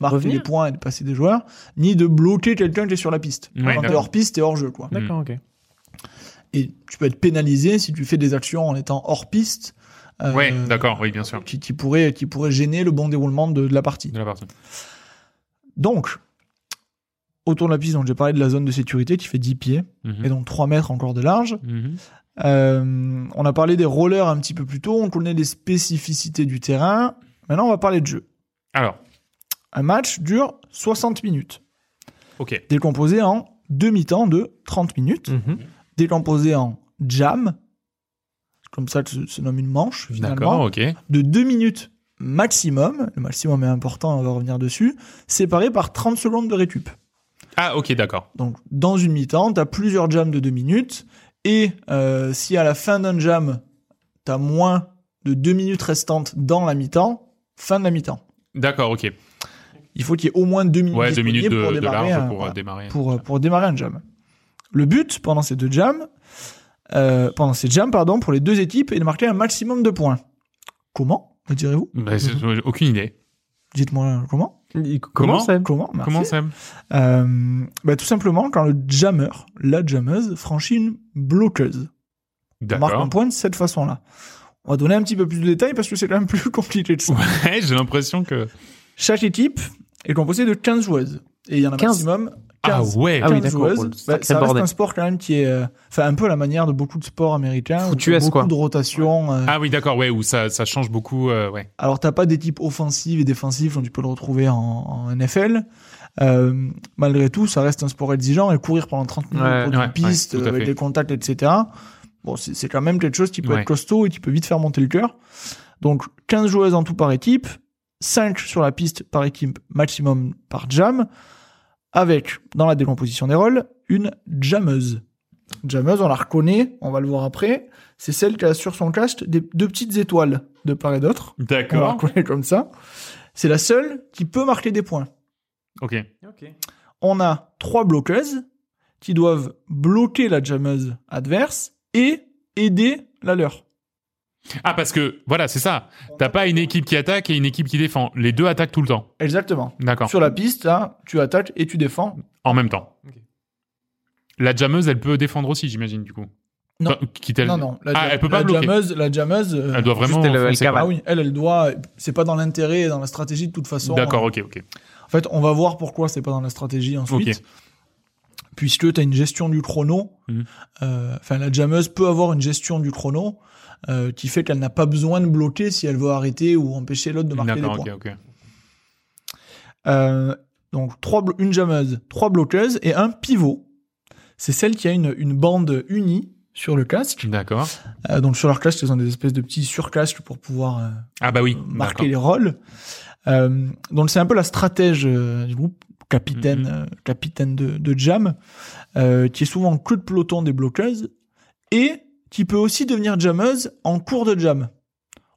Speaker 1: marquer
Speaker 3: Revenir.
Speaker 1: des points et de passer des joueurs, ni de bloquer quelqu'un qui est sur la piste.
Speaker 4: Ouais,
Speaker 1: quand t'es
Speaker 4: d'accord.
Speaker 1: hors piste, t'es hors jeu, quoi.
Speaker 3: D'accord, ok.
Speaker 1: Et tu peux être pénalisé si tu fais des actions en étant hors piste. euh,
Speaker 4: Ouais, d'accord, oui, bien sûr.
Speaker 1: Qui, qui pourrait, qui pourrait gêner le bon déroulement de- de la partie.
Speaker 4: De la partie.
Speaker 1: Donc, autour de la piste, donc j'ai parlé de la zone de sécurité qui fait 10 pieds,
Speaker 4: Mhm.
Speaker 1: et donc 3 mètres encore de large.
Speaker 4: Mhm.
Speaker 1: Euh, on a parlé des rollers un petit peu plus tôt, on connaît les spécificités du terrain. Maintenant, on va parler de jeu.
Speaker 4: Alors,
Speaker 1: Un match dure 60 minutes,
Speaker 4: ok.
Speaker 1: décomposé en demi-temps de 30 minutes,
Speaker 3: Mhm.
Speaker 1: décomposé en jam, comme ça que se, se nomme une manche
Speaker 4: D'accord,
Speaker 1: finalement,
Speaker 4: ok.
Speaker 1: de 2 minutes maximum, le maximum est important, on va revenir dessus, séparé par 30 secondes de récup.
Speaker 4: Ah, ok, d'accord.
Speaker 1: Donc, dans une mi-temps, t'as plusieurs jams de 2 minutes. Et euh, si à la fin d'un jam, t'as moins de 2 minutes restantes dans la mi-temps, fin de la mi-temps.
Speaker 4: D'accord, ok.
Speaker 1: Il faut qu'il y ait au moins 2 minutes,
Speaker 4: Ouais, deux minutes
Speaker 1: disponibles
Speaker 4: de,
Speaker 1: pour,
Speaker 4: de
Speaker 1: démarrer
Speaker 4: large
Speaker 1: un-
Speaker 4: pour euh,
Speaker 1: voilà,
Speaker 4: démarrer.
Speaker 1: pour, euh, pour démarrer un jam. Le but pendant ces deux jams, euh, pendant ces jams, pardon, pour les deux équipes, est de marquer un maximum de points. Comment me direz-vous
Speaker 4: Bah, c'est-
Speaker 1: Mhm.
Speaker 4: Aucune idée.
Speaker 1: Dites-moi comment
Speaker 3: Il-
Speaker 4: Comment
Speaker 3: ça
Speaker 1: Comment Merci.
Speaker 4: Comment ça
Speaker 1: Euh, bah, Tout simplement quand le jammer, la jammeuse, franchit une bloqueuse. On marque un
Speaker 4: D'accord.
Speaker 1: point de cette façon-là. On va donner un petit peu plus de détails parce que c'est quand même plus compliqué que ça.
Speaker 4: Ouais, j'ai l'impression que.
Speaker 1: Chaque équipe est composée de 15 joueuses. Et il y en a
Speaker 3: 15.
Speaker 1: maximum
Speaker 4: Ah
Speaker 1: 15.
Speaker 4: ouais,
Speaker 3: Ah oui,
Speaker 1: 15
Speaker 3: d'accord.
Speaker 1: joueuses.
Speaker 3: Oh, le
Speaker 1: Bah,
Speaker 3: sacré
Speaker 1: ça reste
Speaker 3: bordel.
Speaker 1: un sport quand même qui est... euh, Enfin, un peu à la manière de beaucoup de sports américains. où
Speaker 3: Foutu
Speaker 1: t'as
Speaker 3: S,
Speaker 1: beaucoup
Speaker 3: quoi.
Speaker 1: de rotation. euh,
Speaker 4: Ah oui, d'accord, ouais, où ça, ça change beaucoup, euh, ouais.
Speaker 1: Alors, t'as pas d'équipe offensive et défensive, comme tu peux le retrouver en, en NFL. Euh, malgré tout, ça reste un sport exigeant et courir pendant 30 minutes
Speaker 3: Ouais,
Speaker 1: autour d'une
Speaker 4: ouais,
Speaker 1: piste,
Speaker 4: ouais, tout à
Speaker 1: euh, avec
Speaker 4: fait.
Speaker 1: des contacts, etc. Bon, c'est c'est quand même quelque chose qui peut
Speaker 4: Ouais.
Speaker 1: être costaud et qui peut vite faire monter le cœur. Donc, 15 joueuses en tout par équipe, 5 sur la piste par équipe maximum par jam, avec, dans la décomposition des rôles, une jammeuse. Jammeuse, on la reconnaît, on va le voir après, c'est celle qui a sur son casque des deux petites étoiles de part et d'autre. On va
Speaker 4: D'accord.
Speaker 1: reconnaître comme ça. C'est la seule qui peut marquer des points.
Speaker 4: Ok.
Speaker 1: On a trois bloqueuses qui doivent bloquer la jammeuse adverse et aider la leur.
Speaker 4: Ah, parce que, voilà, c'est ça. T'as pas une équipe qui attaque et une équipe qui défend. Les deux attaquent tout le temps.
Speaker 1: Exactement.
Speaker 4: D'accord.
Speaker 1: Sur la piste, là, tu attaques et tu défends.
Speaker 4: En même temps.
Speaker 3: Ok.
Speaker 4: La jammeuse, elle peut défendre aussi, j'imagine, du coup.
Speaker 1: Non.
Speaker 4: Enfin, quitte elle-
Speaker 1: Non, non. La,
Speaker 4: Ah, elle peut pas
Speaker 1: la
Speaker 4: bloquer.
Speaker 1: jammeuse, la jammeuse. euh,
Speaker 4: Elle doit vraiment.
Speaker 3: Juste, elle- elle
Speaker 4: foncer, quoi.
Speaker 1: ah
Speaker 3: cavale.
Speaker 1: oui, elle, elle doit. C'est pas dans l'intérêt et dans la stratégie de toute façon.
Speaker 4: D'accord, ok, ok.
Speaker 1: En fait, on va voir pourquoi c'est pas dans la stratégie ensuite.
Speaker 4: Ok.
Speaker 1: Puisque tu as une gestion du chrono.
Speaker 4: Mhm.
Speaker 1: Euh, Enfin, la jammeuse peut avoir une gestion du chrono euh, qui fait qu'elle n'a pas besoin de bloquer si elle veut arrêter ou empêcher l'autre de marquer des
Speaker 4: D'accord,
Speaker 1: points.
Speaker 4: ok, ok.
Speaker 1: Euh, donc, trois blo- une jammeuse, trois bloqueuses et un pivot. C'est celle qui a une, une bande unie sur le casque.
Speaker 4: D'accord.
Speaker 1: Euh, donc sur leur casque, ils ont des espèces de petits surcasques pour pouvoir euh,
Speaker 4: Ah bah oui.
Speaker 1: marquer les rôles. Euh, donc c'est un peu la stratège euh, du groupe capitaine
Speaker 4: Mhm.
Speaker 1: euh, capitaine de, de Jam, euh, qui est souvent queue de peloton des bloqueuses et qui peut aussi devenir jammeuse en cours de jam.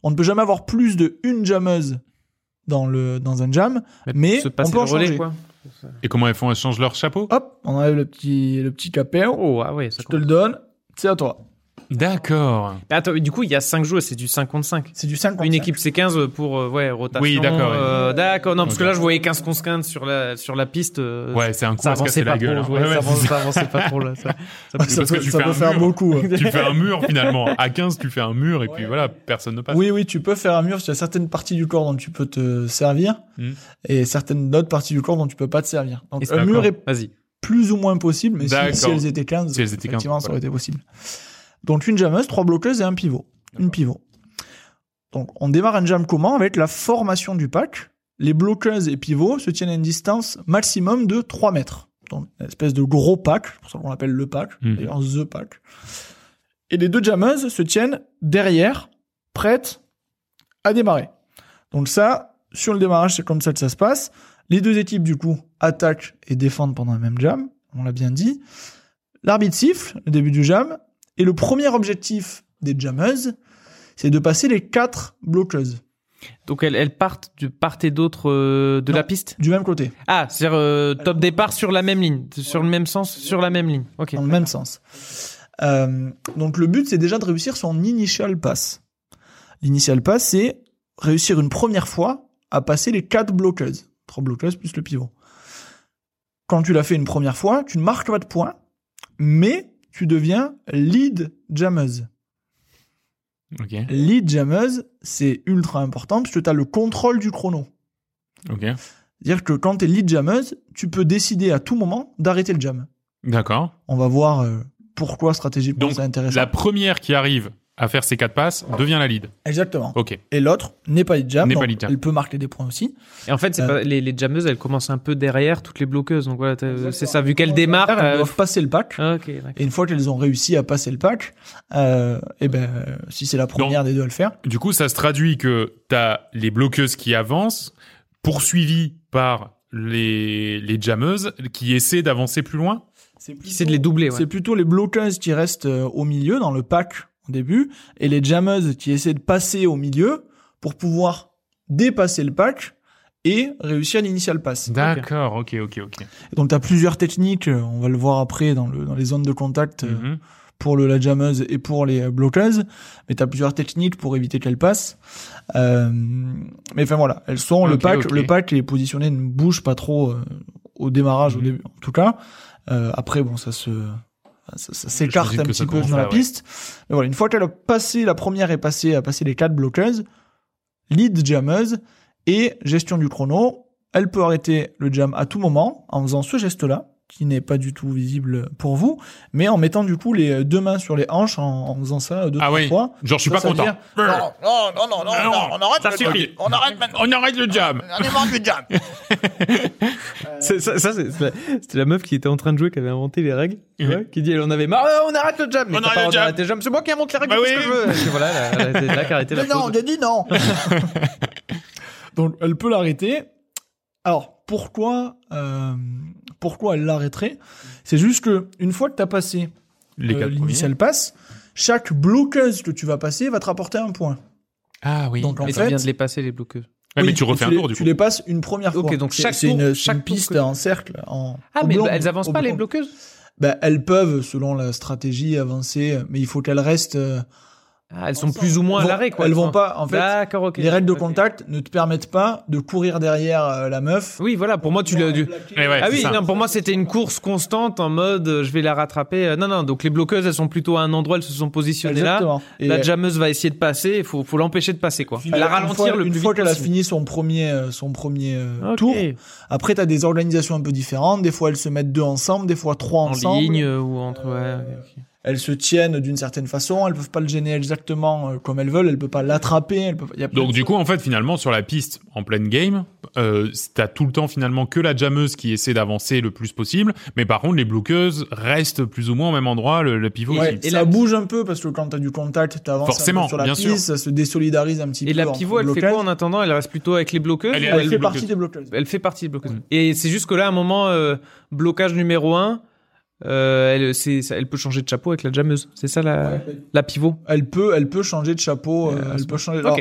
Speaker 1: On ne peut jamais avoir plus de une jammeuse dans le dans un jam. Mais
Speaker 3: se passer
Speaker 1: on peut en
Speaker 3: le relais,
Speaker 1: changer.
Speaker 3: quoi.
Speaker 4: D'accord. Et comment elles font Elles changent leur chapeau
Speaker 1: Hop, on enlève le petit le petit capéo,
Speaker 3: Oh, ah ouais, ça
Speaker 1: je te
Speaker 3: compte.
Speaker 1: le donne, c'est à toi.
Speaker 4: D'accord.
Speaker 3: Mais Attends, mais du coup, il y a 5 joueurs, c'est du 5 contre 5.
Speaker 1: C'est du 5
Speaker 3: Une équipe, c'est 15 pour euh, ouais, rotation.
Speaker 4: Oui, d'accord, ouais.
Speaker 3: euh, d'accord, non, parce
Speaker 4: Ok.
Speaker 3: que là, je voyais 15 contre 15 sur la, sur la piste. euh,
Speaker 4: Ouais, c'est un coup
Speaker 3: ça
Speaker 4: à se
Speaker 3: avançait
Speaker 4: casser la
Speaker 3: pas
Speaker 4: gueule.
Speaker 3: trop.
Speaker 4: hein.
Speaker 3: ouais,
Speaker 4: Ouais,
Speaker 3: ça
Speaker 4: ouais,
Speaker 3: avançait-
Speaker 4: c'est ça.
Speaker 3: ça avançait pas trop, là. Ça, ça-
Speaker 1: Ça
Speaker 4: parce
Speaker 1: peut,
Speaker 4: que tu
Speaker 1: ça
Speaker 4: fais
Speaker 1: peut
Speaker 4: un
Speaker 1: faire
Speaker 4: mur.
Speaker 1: beaucoup. hein. ouais.
Speaker 4: tu fais un mur finalement. À 15, tu fais un mur et puis
Speaker 1: Ouais.
Speaker 4: voilà, personne ne passe.
Speaker 1: Oui, oui, tu peux faire un mur. Il y a certaines parties du corps dont tu peux te servir
Speaker 4: Mhm.
Speaker 1: et certaines autres parties du corps dont tu peux pas te servir. Donc,
Speaker 3: Et-
Speaker 1: un mur
Speaker 4: d'accord.
Speaker 1: est
Speaker 3: Vas-y.
Speaker 1: plus ou moins possible, mais si,
Speaker 4: D'accord.
Speaker 1: si elles étaient 15,
Speaker 4: Si elles étaient 15,
Speaker 1: effectivement, ça aurait
Speaker 4: voilà.
Speaker 1: été possible. Donc, une jammeuse, trois bloqueuses et un pivot. Une pivot. Donc, on démarre un jam comment Avec la formation du pack. Les bloqueuses et pivots se tiennent à une distance maximum de 3 mètres. Donc, une espèce de gros pack, c'est pour ça qu'on l'appelle le pack,
Speaker 4: Mhm.
Speaker 1: d'ailleurs The Pack. Et les deux jammeuses se tiennent derrière, prêtes à démarrer. Donc ça, sur le démarrage, c'est comme ça que ça se passe. Les deux équipes, du coup, attaquent et défendent pendant le même jam, on l'a bien dit. L'arbitre siffle, le début du jam, et le premier objectif des jammeuses, c'est de passer les quatre bloqueuses,
Speaker 3: Donc, elles, elles partent de part et d'autre euh, de
Speaker 1: Non.
Speaker 3: la piste
Speaker 1: du même côté,
Speaker 3: Ah, c'est-à-dire euh, top départ sur la même ligne. Sur le même sens, sur la même ligne. Ok.
Speaker 1: dans le même sens. Euh, donc le but, c'est déjà de réussir son initial pass. L'initial pass, c'est réussir une première fois à passer les quatre bloqueuses. Trois bloqueuses plus le pivot. Quand tu l'as fait une première fois, tu ne marques pas de points, mais tu deviens lead jammeuse.
Speaker 4: Ok.
Speaker 1: Lead jammeuse, c'est ultra important puisque tu as le contrôle du chrono.
Speaker 4: Ok.
Speaker 1: C'est-à-dire que quand tu es lead jammeuse, tu peux décider à tout moment d'arrêter le jam.
Speaker 4: D'accord.
Speaker 1: On va voir euh, pourquoi stratégiquement
Speaker 4: Donc,
Speaker 1: c'est intéressant.
Speaker 4: La première qui arrive à faire ses quatre passes devient la lead.
Speaker 1: Exactement.
Speaker 4: Ok.
Speaker 1: Et l'autre n'est pas lead jam,
Speaker 4: N'est
Speaker 1: donc
Speaker 4: pas lead jam.
Speaker 1: elle peut marquer des points aussi.
Speaker 3: Et en fait, c'est
Speaker 1: Euh.
Speaker 3: pas, les, les jammeuses, elles commencent un peu derrière toutes les bloqueuses. Donc voilà, t'as- euh,
Speaker 1: Exactement.
Speaker 3: c'est ça. Vu qu'elles démarrent.
Speaker 1: Elles
Speaker 3: euh,
Speaker 1: doivent passer le pack.
Speaker 3: ah, ok, d'accord.
Speaker 1: Et une fois qu'elles ont réussi à passer le pack, euh, et ben, euh, si c'est la première des deux à le faire,
Speaker 4: Du coup, ça se traduit que t'as les bloqueuses qui avancent, poursuivies par les, les jammeuses qui essaient d'avancer plus loin.
Speaker 1: c'est
Speaker 3: C'est de les doubler, ouais.
Speaker 1: C'est plutôt les bloqueuses qui restent euh, au milieu, dans le pack au début, et les jammeuses qui essaient de passer au milieu pour pouvoir dépasser le pack et réussir l'initial pass.
Speaker 4: D'accord. Ok. Ok. Ok.
Speaker 1: Donc tu as plusieurs techniques, euh, on va le voir après dans, le, dans les zones de contact euh,
Speaker 4: Mhm.
Speaker 1: pour le, la jammeuse et pour les euh, bloqueuses, mais tu as plusieurs techniques pour éviter qu'elles passent. Euh, mais enfin voilà, elles sont le
Speaker 4: Ok,
Speaker 1: pack,
Speaker 4: ok.
Speaker 1: le pack est positionné, ne bouge pas trop euh, au démarrage au
Speaker 4: Mhm.
Speaker 1: début, en tout cas. Euh, après bon, ça se ça, ça s'écarte
Speaker 4: J'imagine
Speaker 1: un
Speaker 4: que
Speaker 1: petit
Speaker 4: ça
Speaker 1: peu
Speaker 4: commence
Speaker 1: sur la
Speaker 4: là, ouais.
Speaker 1: piste. Mais voilà, une fois qu'elle a passé la première est passée, a passé les quatre bloqueuses, lead jammeuse et gestion du chrono, elle peut arrêter le jam à tout moment en faisant ce geste-là, qui n'est pas du tout visible pour vous, mais en mettant du coup les deux mains sur les hanches, en, en faisant ça deux
Speaker 4: Ah
Speaker 1: trois
Speaker 4: oui.
Speaker 1: fois.
Speaker 4: Genre, je suis
Speaker 1: Ça,
Speaker 4: pas
Speaker 1: ça veut
Speaker 4: content.
Speaker 1: dire-
Speaker 4: Brrr.
Speaker 5: Non, non, non, non,
Speaker 4: Ah
Speaker 5: non,
Speaker 4: non,
Speaker 5: on arrête
Speaker 3: ça
Speaker 5: maintenant.
Speaker 3: suffit.
Speaker 5: On arrête maintenant.
Speaker 4: On arrête le
Speaker 1: Euh,
Speaker 4: jam.
Speaker 5: On est marre du jam.
Speaker 3: C'est- ça, ça, c'est- c'est la- c'était la meuf qui était en train de jouer, qui avait inventé les règles, tu vois, qui dit elle en avait marre, Ah, on arrête le jam, mais
Speaker 4: On
Speaker 3: t'as
Speaker 4: arrête
Speaker 3: pas
Speaker 4: le
Speaker 3: le
Speaker 4: jam.
Speaker 3: jam. jam, c'est moi qui invente les règles,
Speaker 4: Bah
Speaker 3: je fais
Speaker 4: oui.
Speaker 3: ce que je veux. Et puis voilà, elle a- elle a été là qui a arrêté la
Speaker 1: Mais non,
Speaker 3: pause.
Speaker 1: j'ai dit non. Donc elle peut l'arrêter. Alors pourquoi euh, pourquoi elle l'arrêterait C'est juste que une fois que t'as passé
Speaker 4: Les
Speaker 1: euh,
Speaker 4: quatre premiers.
Speaker 1: l'initial passe, chaque bloqueuse que tu vas passer va te rapporter un point.
Speaker 4: Ah oui.
Speaker 1: Donc en
Speaker 3: Mais tu
Speaker 1: fait,
Speaker 3: viens de les passer, les bloqueuses.
Speaker 4: Ouais,
Speaker 1: oui,
Speaker 4: mais tu refais un
Speaker 1: les-
Speaker 4: tour du
Speaker 1: Tu
Speaker 4: coup.
Speaker 1: les passes une première
Speaker 3: Ok,
Speaker 1: fois.
Speaker 3: donc
Speaker 1: C'est-
Speaker 3: chaque
Speaker 1: c'est
Speaker 3: tour-
Speaker 1: une,
Speaker 3: chaque
Speaker 1: une
Speaker 3: tour
Speaker 1: piste
Speaker 3: que-
Speaker 1: en cercle. En
Speaker 3: Ah, mais
Speaker 1: oblongue,
Speaker 3: elles avancent pas, les
Speaker 1: oblongue.
Speaker 3: bloqueuses
Speaker 1: Bah, elles peuvent, selon la stratégie, avancer, mais il faut qu'elles restent. euh,
Speaker 3: ah, Elles sont plus ou moins à
Speaker 1: vont-
Speaker 3: l'arrêt, quoi.
Speaker 1: Elles vont pas. En fait,
Speaker 3: D'accord, ok.
Speaker 1: les règles de
Speaker 3: Ok.
Speaker 1: contact ne te permettent pas de courir derrière euh, la meuf.
Speaker 3: Oui, voilà, pour moi, tu l'as dû.
Speaker 4: Eh ouais,
Speaker 3: Ah
Speaker 4: c'est
Speaker 3: oui,
Speaker 4: ça.
Speaker 3: non, pour moi c'était une course constante en mode euh, je vais la rattraper. Euh, Non, non, donc les bloqueuses elles sont plutôt à un endroit, elles se sont positionnées là.
Speaker 1: Exactement. Et
Speaker 3: La jammeuse va essayer de passer, il faut, faut l'empêcher de passer quoi.
Speaker 1: une
Speaker 3: La ralentir
Speaker 1: fois-
Speaker 3: le plus
Speaker 1: Une fois
Speaker 3: vite
Speaker 1: qu'elle a
Speaker 3: possible.
Speaker 1: fini son premier, euh, son premier euh,
Speaker 3: Ok.
Speaker 1: tour, après, tu as des organisations un peu différentes. Des fois, elles se mettent deux ensemble, des fois trois
Speaker 3: En
Speaker 1: ensemble.
Speaker 3: ligne euh, ou entre. ouais, ok, ok.
Speaker 1: elles se tiennent d'une certaine façon, elles peuvent pas le gêner exactement euh, comme elles veulent, elles peuvent pas l'attraper, elles peuvent. il y a plein
Speaker 4: Donc
Speaker 1: de
Speaker 4: du
Speaker 1: choses.
Speaker 4: coup, en fait, finalement, sur la piste, en pleine game, euh, t'as tout le temps finalement que la jammeuse qui essaie d'avancer le plus possible, mais par contre, les bloqueuses restent plus ou moins au même endroit, le, le pivot.
Speaker 1: Ouais,
Speaker 4: qui-
Speaker 1: et ça bouge un peu parce que quand t'as du contact, t'avances un peu
Speaker 4: Forcément,
Speaker 1: sur la
Speaker 4: bien
Speaker 1: piste,
Speaker 4: sûr.
Speaker 1: ça se désolidarise un petit peu.
Speaker 3: Et la
Speaker 1: entre
Speaker 3: pivot, elle fait
Speaker 1: blocages.
Speaker 3: quoi en attendant Elle reste plutôt avec les bloqueuses
Speaker 4: Elle est- Mm.
Speaker 3: ou
Speaker 1: Elle fait
Speaker 4: bloqueuse.
Speaker 1: partie des bloqueuses.
Speaker 3: elle fait partie des blocages. Et c'est juste que là, à un moment, euh, blocage numéro 1, elle, c'est- ça- elle peut changer de chapeau avec la jammeuse. C'est ça la, la pivot
Speaker 1: Elle peut, elle peut changer de chapeau, euh,
Speaker 3: Euh,
Speaker 1: elle peut changer.
Speaker 3: ok.
Speaker 1: alors,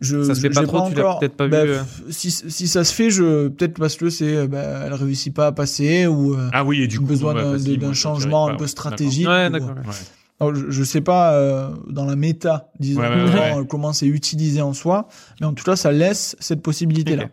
Speaker 1: je,
Speaker 3: Ça se fait
Speaker 1: je-
Speaker 3: pas
Speaker 1: j'ai
Speaker 3: trop, tu l'as
Speaker 1: encore-
Speaker 3: peut-être pas
Speaker 1: bah,
Speaker 3: vu, euh.
Speaker 1: pff, Si, si ça se fait, je peut-être parce que c'est, euh, bah, elle réussit pas à passer ou euh,
Speaker 4: Ah oui, et du coup,
Speaker 1: besoin
Speaker 4: ouais,
Speaker 1: d'un-
Speaker 4: vas-y, moi,
Speaker 1: d'un
Speaker 4: je-
Speaker 1: changement
Speaker 4: j'arrive
Speaker 1: un
Speaker 4: pas,
Speaker 1: peu
Speaker 4: ouais,
Speaker 1: stratégique.
Speaker 3: Ouais,
Speaker 1: ou-
Speaker 3: d'accord.
Speaker 4: d'accord. Ouais.
Speaker 1: Alors, je, je sais pas euh, dans la méta, disons,
Speaker 4: Ouais, ouais, ouais,
Speaker 1: comment, euh, comment c'est utilisé en soi, mais en tout cas, ça laisse cette possibilité-là.
Speaker 3: Ok.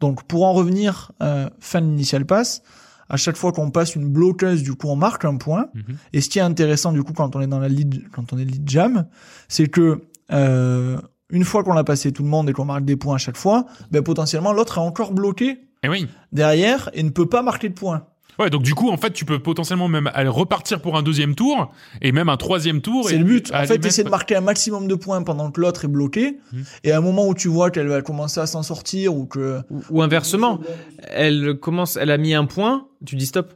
Speaker 1: Donc, pour en revenir, euh, fin de l'initial pass, à chaque fois qu'on passe une bloqueuse, du coup, on marque un point.
Speaker 4: Mhm.
Speaker 1: Et ce qui est intéressant, du coup, quand on est dans la lead, quand on est lead jam, c'est que euh, une fois qu'on l'a passé tout le monde et qu'on marque des points à chaque fois, ben, potentiellement l'autre est encore bloqué
Speaker 4: Eh oui.
Speaker 1: derrière et ne peut pas marquer de points.
Speaker 4: Ouais, donc du coup, en fait, tu peux potentiellement même aller repartir pour un deuxième tour et même un troisième tour.
Speaker 1: C'est
Speaker 4: et
Speaker 1: le but. En
Speaker 4: aller
Speaker 1: fait,
Speaker 4: mettre-
Speaker 1: essayer de marquer un maximum de points pendant que l'autre est bloqué.
Speaker 3: Hum.
Speaker 4: Mhm.
Speaker 1: Et à un moment où tu vois qu'elle va commencer à s'en sortir ou que.
Speaker 3: Ou, ou inversement, elle commence, elle a mis un point, tu dis stop.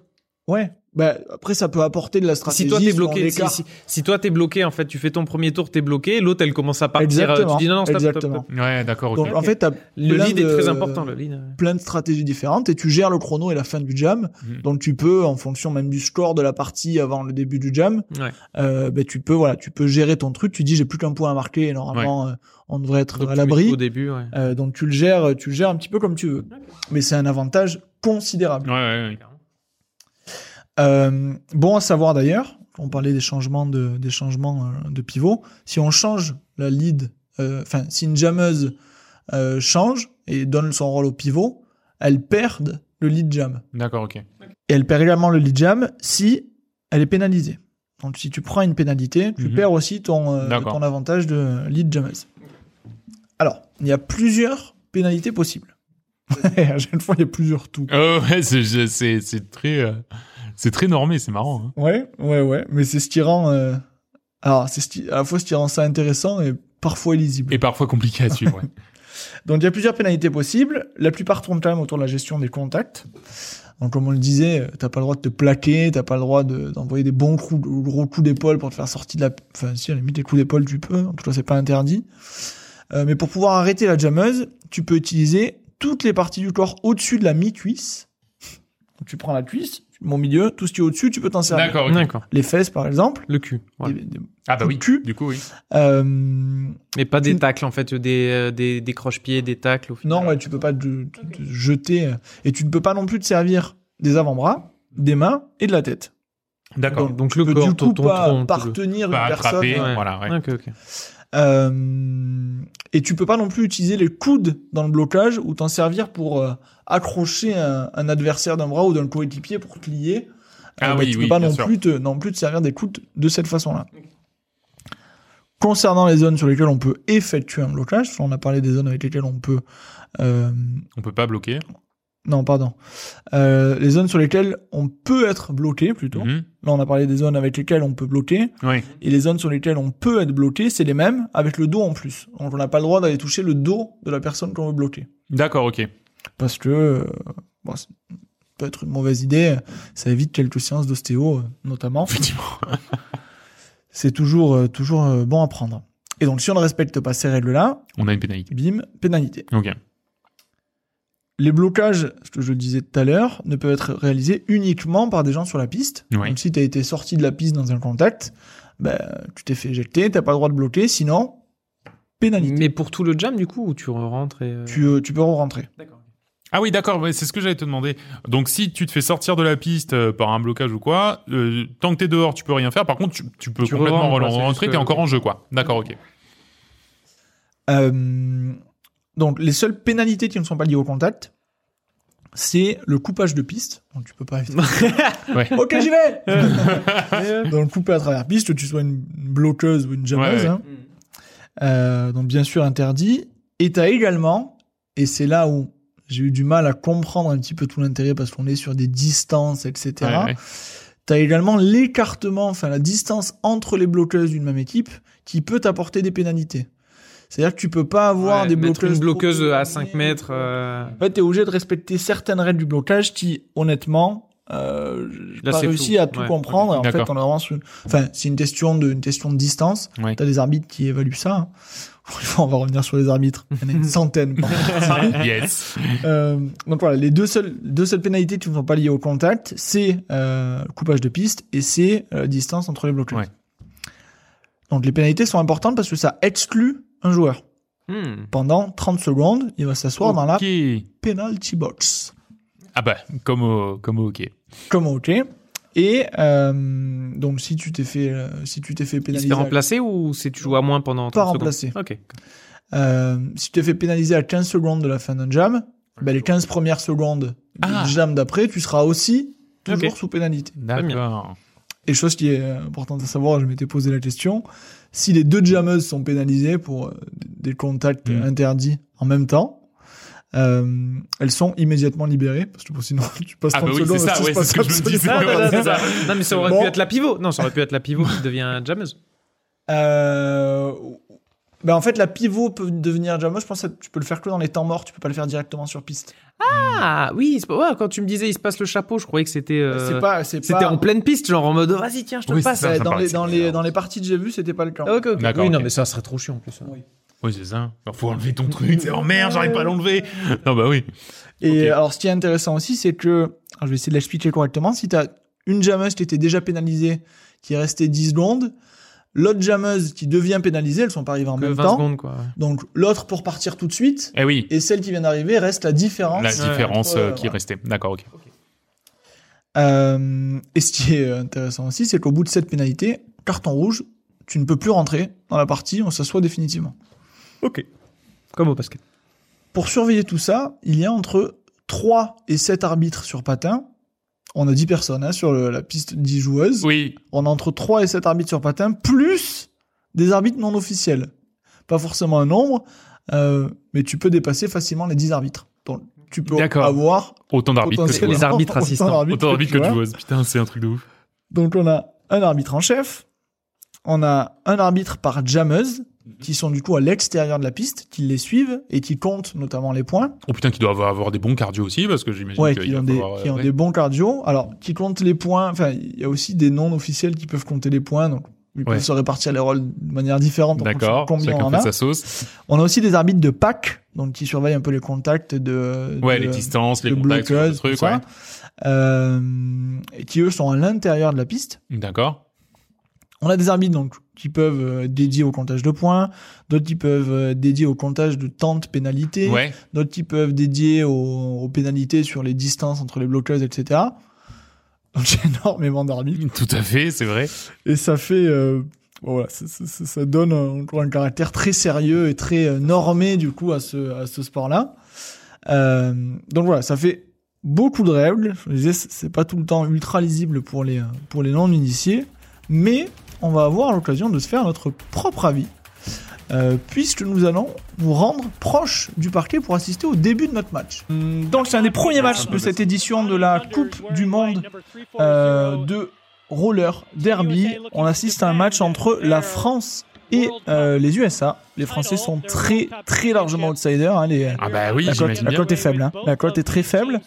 Speaker 1: Ouais. Bah, après, ça peut apporter de la stratégie.
Speaker 3: Si toi t'es
Speaker 1: selon
Speaker 3: bloqué, si,
Speaker 1: l'écart.
Speaker 3: si- si toi t'es bloqué, en fait, tu fais ton premier tour, t'es bloqué, l'autre elle commence à partir. euh,
Speaker 1: Exactement.
Speaker 3: Tu dis non, non, stop, stop, stop.
Speaker 1: Exactement.
Speaker 4: Ouais, d'accord. ok.
Speaker 1: Donc, en fait, t'as
Speaker 3: Le
Speaker 1: plein
Speaker 3: lead est
Speaker 1: de-
Speaker 3: très important, le lead. euh, ouais.
Speaker 1: plein de stratégies différentes et tu gères le chrono et la fin du jam.
Speaker 3: Hum.
Speaker 4: Mhm.
Speaker 1: Donc, tu peux, en fonction même du score de la partie avant le début du jam,
Speaker 3: Ouais.
Speaker 1: euh, bah, tu peux, voilà, tu peux gérer ton truc. Tu dis, j'ai plus qu'un point à marquer et normalement, euh, on devrait être
Speaker 3: Donc,
Speaker 1: à
Speaker 3: tu mets tout
Speaker 1: l'abri.
Speaker 3: Au début, ouais.
Speaker 1: Euh, donc, tu le gères, tu le gères un petit peu comme tu veux. Mais c'est un avantage considérable.
Speaker 4: Ouais, ouais, ouais.
Speaker 1: Euh, bon à savoir d'ailleurs, on parlait des changements de, des changements euh, de pivot. Si on change la lead, euh, enfin, si une jammeuse euh, change et donne son rôle au pivot, elle perd le lead jam.
Speaker 4: D'accord, ok.
Speaker 1: Et elle perd également le lead jam si elle est pénalisée. Donc, si tu prends une pénalité, tu
Speaker 4: Mhm.
Speaker 1: perds aussi ton, euh,
Speaker 4: D'accord.
Speaker 1: ton avantage de lead jammeuse. Alors, il y a plusieurs pénalités possibles. à chaque fois, il y a plusieurs tout.
Speaker 4: Euh, ouais, c'est- c'est- c'est c'est très, euh, c'est très normé, c'est marrant. hein.
Speaker 1: Ouais, ouais, ouais. Mais c'est ce qui rend. euh, Alors, c'est ce qui- à la fois ce qui rend ça intéressant et parfois illisible.
Speaker 4: Et parfois compliqué à suivre. ouais.
Speaker 1: Donc, il y a plusieurs pénalités possibles. La plupart tournent quand même autour de la gestion des contacts. Donc, comme on le disait, euh, t'as pas le droit de te plaquer, t'as pas le droit de- d'envoyer des bons coups, de- gros coups d'épaule pour te faire sortir de la. Enfin, si, à la limite, les coups d'épaule, tu peux. En tout cas, c'est pas interdit. Euh, mais pour pouvoir arrêter la jammeuse, tu peux utiliser toutes les parties du corps au-dessus de la mi-cuisse. Donc, tu prends la cuisse, mon milieu, tout ce qui est au-dessus, tu peux t'en servir.
Speaker 4: D'accord, ok.
Speaker 3: D'accord.
Speaker 1: Les fesses, par exemple.
Speaker 3: Le cul. voilà.
Speaker 1: Des- des-
Speaker 4: Ah bah oui,
Speaker 1: Cul.
Speaker 4: du coup, oui.
Speaker 1: Euh,
Speaker 3: Mais pas des
Speaker 1: Tu-
Speaker 3: tacles, en fait, des, euh, des, des croche-pieds, des tacles. Au final.
Speaker 1: non, ouais, tu peux pas te, te- te jeter euh, et tu ne peux pas non plus te servir des avant-bras, des mains et de la tête.
Speaker 4: D'accord.
Speaker 1: Donc,
Speaker 3: Donc
Speaker 1: Tu
Speaker 3: le
Speaker 1: peux
Speaker 3: corps,
Speaker 1: du
Speaker 3: ton,
Speaker 1: coup
Speaker 3: ton
Speaker 1: pas
Speaker 3: tronc, tout le-
Speaker 1: partenir une
Speaker 4: Pas
Speaker 1: personne.
Speaker 4: attraper,
Speaker 3: ouais.
Speaker 4: voilà. ouais.
Speaker 3: Ok, ok.
Speaker 1: Euh, et tu peux pas non plus utiliser les coudes dans le blocage ou t'en servir pour euh, accrocher un, un adversaire d'un bras ou d'un coéquipier pour te lier. Euh, bah,
Speaker 4: Ah oui,
Speaker 1: tu
Speaker 4: oui,
Speaker 1: peux pas
Speaker 4: bien
Speaker 1: non
Speaker 4: sûr.
Speaker 1: plus, te, non plus te servir des coudes de cette façon-là. Concernant les zones sur lesquelles on peut effectuer un blocage, on a parlé des zones avec lesquelles on peut euh,
Speaker 4: On peut pas bloquer.
Speaker 1: Non, pardon. Euh, les zones sur lesquelles on peut être bloqué, plutôt.
Speaker 4: Mhm.
Speaker 1: Là, on a parlé des zones avec lesquelles on peut bloquer.
Speaker 4: Oui.
Speaker 1: Et les zones sur lesquelles on peut être bloqué, c'est les mêmes, avec le dos en plus. Donc, on n'a pas le droit d'aller toucher le dos de la personne qu'on veut bloquer.
Speaker 4: D'accord, ok.
Speaker 1: Parce que, euh, bon, ça peut être une mauvaise idée. Ça évite quelques séances d'ostéo, euh, notamment.
Speaker 4: Effectivement.
Speaker 1: C'est toujours, euh, toujours euh, bon à prendre. Et donc, si on ne respecte pas ces règles-là,
Speaker 4: On a une pénalité.
Speaker 1: bim, pénalité.
Speaker 4: Ok.
Speaker 1: Les blocages, ce que je disais tout à l'heure, ne peuvent être réalisés uniquement par des gens sur la piste.
Speaker 4: Oui.
Speaker 1: Donc si tu as été sorti de la piste dans un contact, ben, tu t'es fait éjecter, t'as pas le droit de bloquer, sinon, pénalité.
Speaker 3: Mais pour tout le jam, du coup, où tu rentres et. euh,
Speaker 1: Tu, euh, tu peux rentrer.
Speaker 3: D'accord.
Speaker 4: Ah oui, d'accord, ouais, c'est ce que j'allais te demander. Donc si tu te fais sortir de la piste euh, par un blocage ou quoi, euh, tant que t'es dehors, tu peux rien faire. Par contre, tu, tu peux
Speaker 3: Tu
Speaker 4: complètement
Speaker 3: re-rentres,
Speaker 4: re-
Speaker 3: quoi, c'est
Speaker 4: rentrer,
Speaker 3: juste
Speaker 4: t'es
Speaker 3: que-
Speaker 4: encore en jeu, quoi. D'accord, ok.
Speaker 1: Eh, Euh, donc les seules pénalités qui ne sont pas liées au contact, c'est le coupage de piste. Donc tu peux pas éviter.
Speaker 4: Ouais.
Speaker 1: ok, j'y vais
Speaker 3: Euh,
Speaker 1: Donc couper à travers piste, que tu sois une une bloqueuse ou une jammeuse.
Speaker 4: Ouais, ouais.
Speaker 1: hein. Euh, donc bien sûr interdit. Et t'as également, et c'est là où j'ai eu du mal à comprendre un petit peu tout l'intérêt parce qu'on est sur des distances, etc.
Speaker 4: Ouais, ouais.
Speaker 1: T'as également l'écartement, enfin la distance entre les bloqueuses d'une même équipe qui peut t'apporter des pénalités. C'est-à-dire que tu peux pas avoir
Speaker 3: Ouais,
Speaker 1: des
Speaker 3: mettre
Speaker 1: bloqueuses.
Speaker 3: Une bloqueuse
Speaker 1: trop
Speaker 3: à
Speaker 1: éloignées.
Speaker 3: 5 mètres. euh,
Speaker 1: En fait, t'es obligé de respecter certaines règles du blocage qui, honnêtement, euh, j'ai
Speaker 3: Là,
Speaker 1: pas
Speaker 3: c'est
Speaker 1: réussi
Speaker 3: flou.
Speaker 1: à tout
Speaker 3: Ouais,
Speaker 1: comprendre.
Speaker 4: ok,
Speaker 1: Et en fait,
Speaker 4: d'accord.
Speaker 1: on a vraiment su- Enfin, c'est une question de, une question de distance.
Speaker 4: Ouais.
Speaker 1: T'as des arbitres qui évaluent ça. hein. on va revenir sur les arbitres. Il y en a une centaine. par an.
Speaker 4: yes.
Speaker 1: Euh, donc voilà, les deux seules, deux seules pénalités qui ne sont pas liées au contact, c'est euh, coupage de piste et c'est euh, distance entre les bloqueurs.
Speaker 4: Ouais.
Speaker 1: Donc les pénalités sont importantes parce que ça exclut un joueur. euh,
Speaker 3: hmm.
Speaker 1: Pendant 30 secondes, il va s'asseoir dans la
Speaker 4: Ok.
Speaker 1: penalty box,
Speaker 4: Ah bah, comme au, comme au hockey.
Speaker 1: comme au hockey. Et euh, donc si tu t'es fait, euh, si tu t'es fait
Speaker 3: Il se
Speaker 1: pénaliser,
Speaker 3: fait
Speaker 1: à-
Speaker 3: remplacer ou c'est tu joues à moins pendant 30
Speaker 1: Pas
Speaker 3: secondes
Speaker 1: remplacé.
Speaker 3: Ok.
Speaker 1: euh, si tu t'es fait pénaliser à 15 secondes de la fin d'un jam, ben, les 15 premières secondes
Speaker 4: Ah.
Speaker 1: du jam d'après, tu seras aussi toujours
Speaker 3: Ok.
Speaker 1: sous pénalité.
Speaker 4: D'accord.
Speaker 1: Et chose qui est euh, importante à savoir, je m'étais posé la question, si les deux jammeuses sont pénalisées pour euh, des contacts
Speaker 4: Mm.
Speaker 1: interdits en même temps, euh, elles sont immédiatement libérées, parce que bon, sinon tu passes
Speaker 4: Ah
Speaker 1: 30
Speaker 4: bah oui,
Speaker 1: secondes,
Speaker 4: c'est
Speaker 1: elles
Speaker 4: ça,
Speaker 1: se
Speaker 4: ouais, c'est
Speaker 1: passent
Speaker 4: ce que je me disais.
Speaker 1: absolument
Speaker 3: Non,
Speaker 1: rien.
Speaker 4: Ouais,
Speaker 3: non, non,
Speaker 4: c'est
Speaker 3: non,
Speaker 4: ça.
Speaker 3: non, mais ça aurait
Speaker 1: Bon.
Speaker 3: pu être la pivot. Non, ça aurait pu être la pivot qui devient jammeuse.
Speaker 1: Euh, bah, en fait, la pivot peut devenir jammeuse, je pense que ça- tu peux le faire que dans les temps morts, tu peux pas le faire directement sur piste.
Speaker 3: Ah oui, c'est pas- ouais, quand tu me disais il se passe le chapeau, je croyais que c'était. euh,
Speaker 1: c'est pas, c'est
Speaker 3: C'était
Speaker 1: pas,
Speaker 3: en pleine piste, genre en mode vas-y tiens, je te
Speaker 4: Oui,
Speaker 3: passe.
Speaker 4: c'est ça.
Speaker 1: euh, dans,
Speaker 4: paraît
Speaker 1: les, dans, les,
Speaker 4: bizarre.
Speaker 1: dans les parties que j'ai vues, c'était pas le cas.
Speaker 3: Ah, ok, ok.
Speaker 4: D'accord,
Speaker 3: Oui, non,
Speaker 4: ok.
Speaker 3: mais ça serait trop chiant en plus. hein.
Speaker 4: Oui, c'est ça. Bah, faut enlever ton truc. C'est en merde, j'arrive pas à l'enlever. Non, bah oui.
Speaker 1: Et
Speaker 4: Ok.
Speaker 1: alors, ce qui est intéressant aussi, c'est que, alors, je vais essayer de l'expliquer correctement, si t'as une jammeuse qui était déjà pénalisée, qui est restée 10 secondes, l'autre jammeuse qui devient pénalisée, elles sont pas arrivées en
Speaker 3: Que
Speaker 1: même
Speaker 3: 20
Speaker 1: temps,
Speaker 3: secondes quoi.
Speaker 1: donc l'autre pour partir tout de suite,
Speaker 4: Eh oui.
Speaker 1: et celle qui vient d'arriver reste la différence.
Speaker 4: La
Speaker 3: Ouais,
Speaker 4: différence
Speaker 1: entre-
Speaker 4: euh, qui restait. D'accord, ok.
Speaker 1: Euh, et ce qui est intéressant aussi, c'est qu'au bout de cette pénalité, carton rouge, tu ne peux plus rentrer dans la partie, on s'assoit définitivement.
Speaker 3: Ok. Comme au basket.
Speaker 1: Pour surveiller tout ça, il y a entre 3 et 7 arbitres sur patin. On a 10 personnes hein, sur le- la piste 10 joueuses.
Speaker 4: Oui.
Speaker 1: on a entre 3 et 7 arbitres sur patin, plus des arbitres non officiels. Pas forcément un nombre, euh, mais tu peux dépasser facilement les 10 arbitres. Donc, tu peux
Speaker 4: D'accord.
Speaker 1: avoir
Speaker 4: Autant d'arbitres que de
Speaker 1: potentiellement
Speaker 4: joueurs.
Speaker 3: Les arbitres
Speaker 1: autant
Speaker 3: assistants.
Speaker 1: d'arbitres
Speaker 4: Autant d'arbitres
Speaker 1: que
Speaker 4: que
Speaker 1: de
Speaker 4: de
Speaker 1: joueurs.
Speaker 4: joueuses. Putain, c'est un truc de ouf.
Speaker 1: Donc on a un arbitre en chef, on a un arbitre par jammeuse, qui sont du coup à l'extérieur de la piste, qui les suivent et qui comptent notamment les points.
Speaker 4: Oh putain, qui doit avoir, avoir des bons cardio aussi, parce que j'imagine
Speaker 1: Ouais,
Speaker 4: qu'il
Speaker 1: qui
Speaker 4: va
Speaker 1: ont, des,
Speaker 4: falloir, euh,
Speaker 1: qui ont
Speaker 4: ouais.
Speaker 1: des bons cardio. Alors, qui comptent les points. Enfin, il y a aussi des non officiels qui peuvent compter les points. Donc, ils
Speaker 4: Ouais.
Speaker 1: peuvent se répartir les rôles de manière différente. en fonction de
Speaker 4: D'accord,
Speaker 1: Combien on
Speaker 4: chacun
Speaker 1: en a.
Speaker 4: fait sa sauce.
Speaker 1: On a aussi des arbitres de pack, donc qui surveillent un peu les contacts de,
Speaker 4: Ouais,
Speaker 1: de-
Speaker 4: les distances, les
Speaker 1: de
Speaker 4: contacts, ce genre de
Speaker 1: bloqueuses,
Speaker 4: trucs,
Speaker 1: tout ça.
Speaker 4: ouais.
Speaker 1: Euh, et qui eux sont à l'intérieur de la piste.
Speaker 4: D'accord.
Speaker 1: On a des arbitres donc qui peuvent euh, être dédiés au comptage de points, d'autres qui peuvent euh, être dédiés au comptage de tentes pénalités,
Speaker 4: Ouais.
Speaker 1: d'autres qui peuvent être dédiés aux, aux pénalités sur les distances entre les bloqueuses, etc. Donc j'ai énormément d'arbitres
Speaker 4: Tout à fait, c'est vrai.
Speaker 1: et ça fait euh, bon, voilà, ça, ça- ça- ça donne un, encore un caractère très sérieux et très euh, normé du coup à ce, à ce sport-là. Euh, donc voilà, ça fait beaucoup de règles. Je disais, c'est c'est pas tout le temps ultra lisible pour les, euh, pour les non-initiés, mais on va avoir l'occasion de se faire notre propre avis. euh, puisque nous allons nous rendre proche du parquet pour assister au début de notre match. Hum, Donc c'est un des premiers matchs de cette édition de la Coupe du Monde euh, de roller derby. On assiste à un match entre la France et euh, les USA. Les Français sont très très largement outsiders. hein, les-
Speaker 4: Ah bah oui,
Speaker 1: la cote,
Speaker 4: j'imagine
Speaker 1: la
Speaker 4: bien.
Speaker 1: cote est faible. hein. La cote est très faible.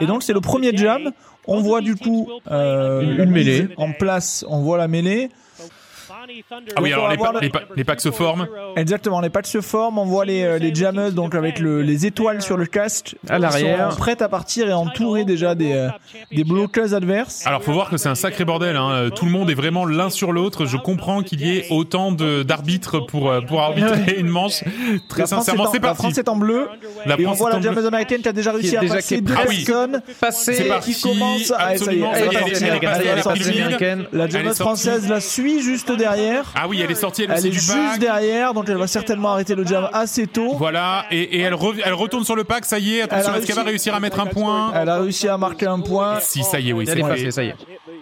Speaker 1: Et donc c'est le premier jam. On voit du coup euh,
Speaker 5: Une mêlée.
Speaker 1: mise en place. On voit la mêlée.
Speaker 4: Ah oui,
Speaker 1: Donc, on
Speaker 4: alors
Speaker 1: va
Speaker 4: les,
Speaker 1: voir
Speaker 4: pa-
Speaker 1: le-
Speaker 4: les, pa- les packs se forment.
Speaker 1: Exactement. Les patchs se forment. On voit les euh, les jammeuses donc avec le- les étoiles sur le casque
Speaker 3: À l'arrière.
Speaker 1: Ils sont prêtes à partir et entourées déjà des euh, des bloqueuses adverses.
Speaker 4: Alors, faut voir que c'est un sacré bordel. Hein. Tout le monde est vraiment l'un sur l'autre. Je comprends qu'il y ait autant de- d'arbitres pour, euh, pour arbitrer une manche. Très
Speaker 1: La France est
Speaker 4: sincèrement,
Speaker 1: en-
Speaker 4: c'est
Speaker 1: La
Speaker 4: parti.
Speaker 1: France est en bleu.
Speaker 4: La
Speaker 1: Et on
Speaker 4: France
Speaker 1: voit
Speaker 4: est
Speaker 1: la
Speaker 4: en bleu.
Speaker 1: jammeuse américaine qui a déjà réussi
Speaker 3: Qui est
Speaker 1: à
Speaker 3: déjà-
Speaker 1: passer
Speaker 3: qui est
Speaker 1: deux
Speaker 4: prête. Ah oui.
Speaker 1: personnes.
Speaker 4: C'est
Speaker 3: Passer.
Speaker 1: Et
Speaker 4: parti.
Speaker 1: qui commence à essayer.
Speaker 4: Absolument,
Speaker 1: Elle est
Speaker 4: elle est
Speaker 1: partie,
Speaker 4: partie,
Speaker 1: elle est
Speaker 4: elle est
Speaker 1: partie, elle est
Speaker 4: partie,
Speaker 1: partie.
Speaker 4: elle est partie.
Speaker 1: La
Speaker 4: Elle est
Speaker 1: jammeuse
Speaker 4: sortie.
Speaker 1: française la suit juste derrière.
Speaker 4: Ah oui, elle est sortie, elle,
Speaker 1: Elle
Speaker 4: aussi
Speaker 1: est
Speaker 4: du
Speaker 1: juste
Speaker 4: pack.
Speaker 1: derrière, donc elle va certainement arrêter le jam assez tôt.
Speaker 4: Voilà, et, et elle, rev- elle retourne sur le pack, ça y est. Attention,
Speaker 1: Elle a
Speaker 4: est-ce qu'elle va
Speaker 1: réussi.
Speaker 4: réussir à mettre un point
Speaker 1: Elle a réussi à marquer un point
Speaker 4: Si, ça y est, oui,
Speaker 3: Elle est
Speaker 4: c'est
Speaker 3: passée,
Speaker 4: fait.
Speaker 3: ça y est.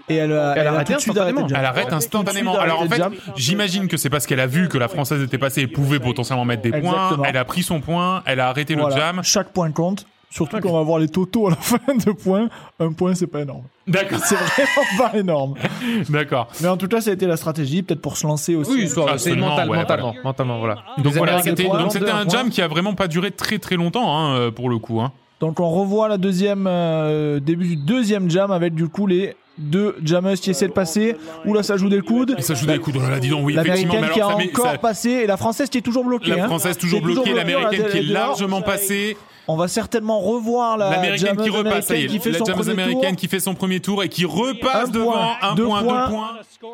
Speaker 1: et
Speaker 4: Ah,
Speaker 1: elle, a-
Speaker 3: Elle
Speaker 1: elle a
Speaker 3: arrête
Speaker 1: tout de suite arrêté le jam.
Speaker 4: Elle arrête instantanément.
Speaker 1: Tout de suite
Speaker 4: Alors en
Speaker 1: arrêté
Speaker 4: fait,
Speaker 1: le jam.
Speaker 4: j'imagine que c'est parce qu'elle a vu que la française était passée et pouvait potentiellement mettre des points.
Speaker 1: Exactement.
Speaker 4: Elle a pris son point, elle a arrêté
Speaker 1: Voilà.
Speaker 4: le jam.
Speaker 1: Chaque point compte. Surtout quand on va voir les totaux à la fin de points. Un point, c'est pas énorme.
Speaker 4: D'accord,
Speaker 1: C'est vraiment pas énorme.
Speaker 4: d'accord.
Speaker 1: Mais en tout cas, ça a été la stratégie, peut-être pour se lancer aussi.
Speaker 3: Oui, histoire, c'est
Speaker 4: Absolument,
Speaker 3: mental,
Speaker 4: ouais,
Speaker 3: mentalement, mentalement, voilà.
Speaker 4: Donc
Speaker 3: Les
Speaker 4: voilà,
Speaker 3: Américains
Speaker 4: c'était
Speaker 3: trois,
Speaker 4: donc c'était
Speaker 3: deux,
Speaker 4: un
Speaker 3: point.
Speaker 4: jam qui a vraiment pas duré très très longtemps hein, euh, pour le coup. Hein.
Speaker 1: Donc on revoit la deuxième euh, début du deuxième jam avec du coup les deux jammers qui essaient de passer. Ouh là, ça joue des coudes.
Speaker 4: Et ça joue des coups. Oh là là, dis donc, oui, effectivement.
Speaker 1: L'américaine
Speaker 4: Mais
Speaker 1: qui a
Speaker 4: alors, ça met-
Speaker 1: encore
Speaker 4: ça-
Speaker 1: passé et la française qui est toujours bloquée.
Speaker 4: la
Speaker 1: hein.
Speaker 4: française toujours
Speaker 1: Qui est toujours
Speaker 4: bloquée,
Speaker 1: bloquée,
Speaker 4: l'américaine
Speaker 1: la-
Speaker 4: qui est
Speaker 1: la- la-
Speaker 4: largement passée,
Speaker 1: On va certainement revoir la
Speaker 4: l'américaine qui
Speaker 1: jammeuse
Speaker 4: repasse, ça y
Speaker 1: américaine
Speaker 4: est,
Speaker 1: qui fait
Speaker 4: la
Speaker 1: son
Speaker 4: jameuse
Speaker 1: premier
Speaker 4: américaine
Speaker 1: tour.
Speaker 4: qui fait son premier tour et qui repasse
Speaker 1: Un
Speaker 4: devant
Speaker 1: point,
Speaker 4: un
Speaker 1: deux
Speaker 4: point,
Speaker 1: points.
Speaker 4: deux points.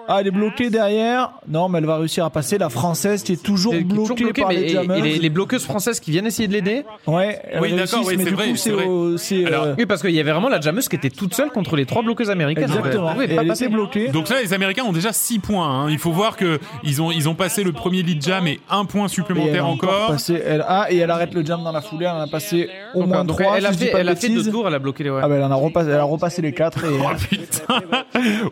Speaker 1: Ah, elle est bloquée derrière. Non, mais elle va réussir à passer. La française qui est toujours
Speaker 3: qui est
Speaker 1: bloquée
Speaker 3: toujours bloqué,
Speaker 1: par
Speaker 3: mais
Speaker 1: les
Speaker 3: et,
Speaker 1: jammers.
Speaker 3: et les, les bloqueuses françaises qui viennent essayer de l'aider.
Speaker 1: Ouais, elle
Speaker 4: Oui,
Speaker 1: réussit,
Speaker 4: d'accord, oui,
Speaker 1: mais
Speaker 4: c'est
Speaker 1: du
Speaker 4: vrai,
Speaker 1: coup,
Speaker 4: c'est
Speaker 1: c'est
Speaker 4: vrai.
Speaker 1: au- c'est,
Speaker 4: Alors,
Speaker 1: euh,
Speaker 3: Oui, parce qu'il y avait vraiment la jameuse qui était toute seule contre les trois bloqueuses américaines.
Speaker 1: exactement.
Speaker 3: Vous pouvez
Speaker 1: Et
Speaker 3: pas
Speaker 1: elle
Speaker 3: passer.
Speaker 1: était bloquée.
Speaker 4: Donc là, les Américains ont déjà 6 points. hein. Il faut voir que ils ont, ils ont passé le premier lead jam et un point
Speaker 1: Et elle
Speaker 4: supplémentaire
Speaker 1: a encore
Speaker 4: encore.
Speaker 1: passé, elle a et elle arrête le jam dans la foulée. Elle en a passé au
Speaker 3: Donc, euh,
Speaker 1: moins
Speaker 3: donc,
Speaker 1: trois.
Speaker 3: elle a
Speaker 1: si je dis
Speaker 3: fait,
Speaker 1: pas de
Speaker 3: elle a fait deux
Speaker 1: bêtises.
Speaker 3: tours, elle a bloqué les. ouais.
Speaker 1: Ah ben elle en a repassé, elle a repassé les quatre et
Speaker 4: Oh putain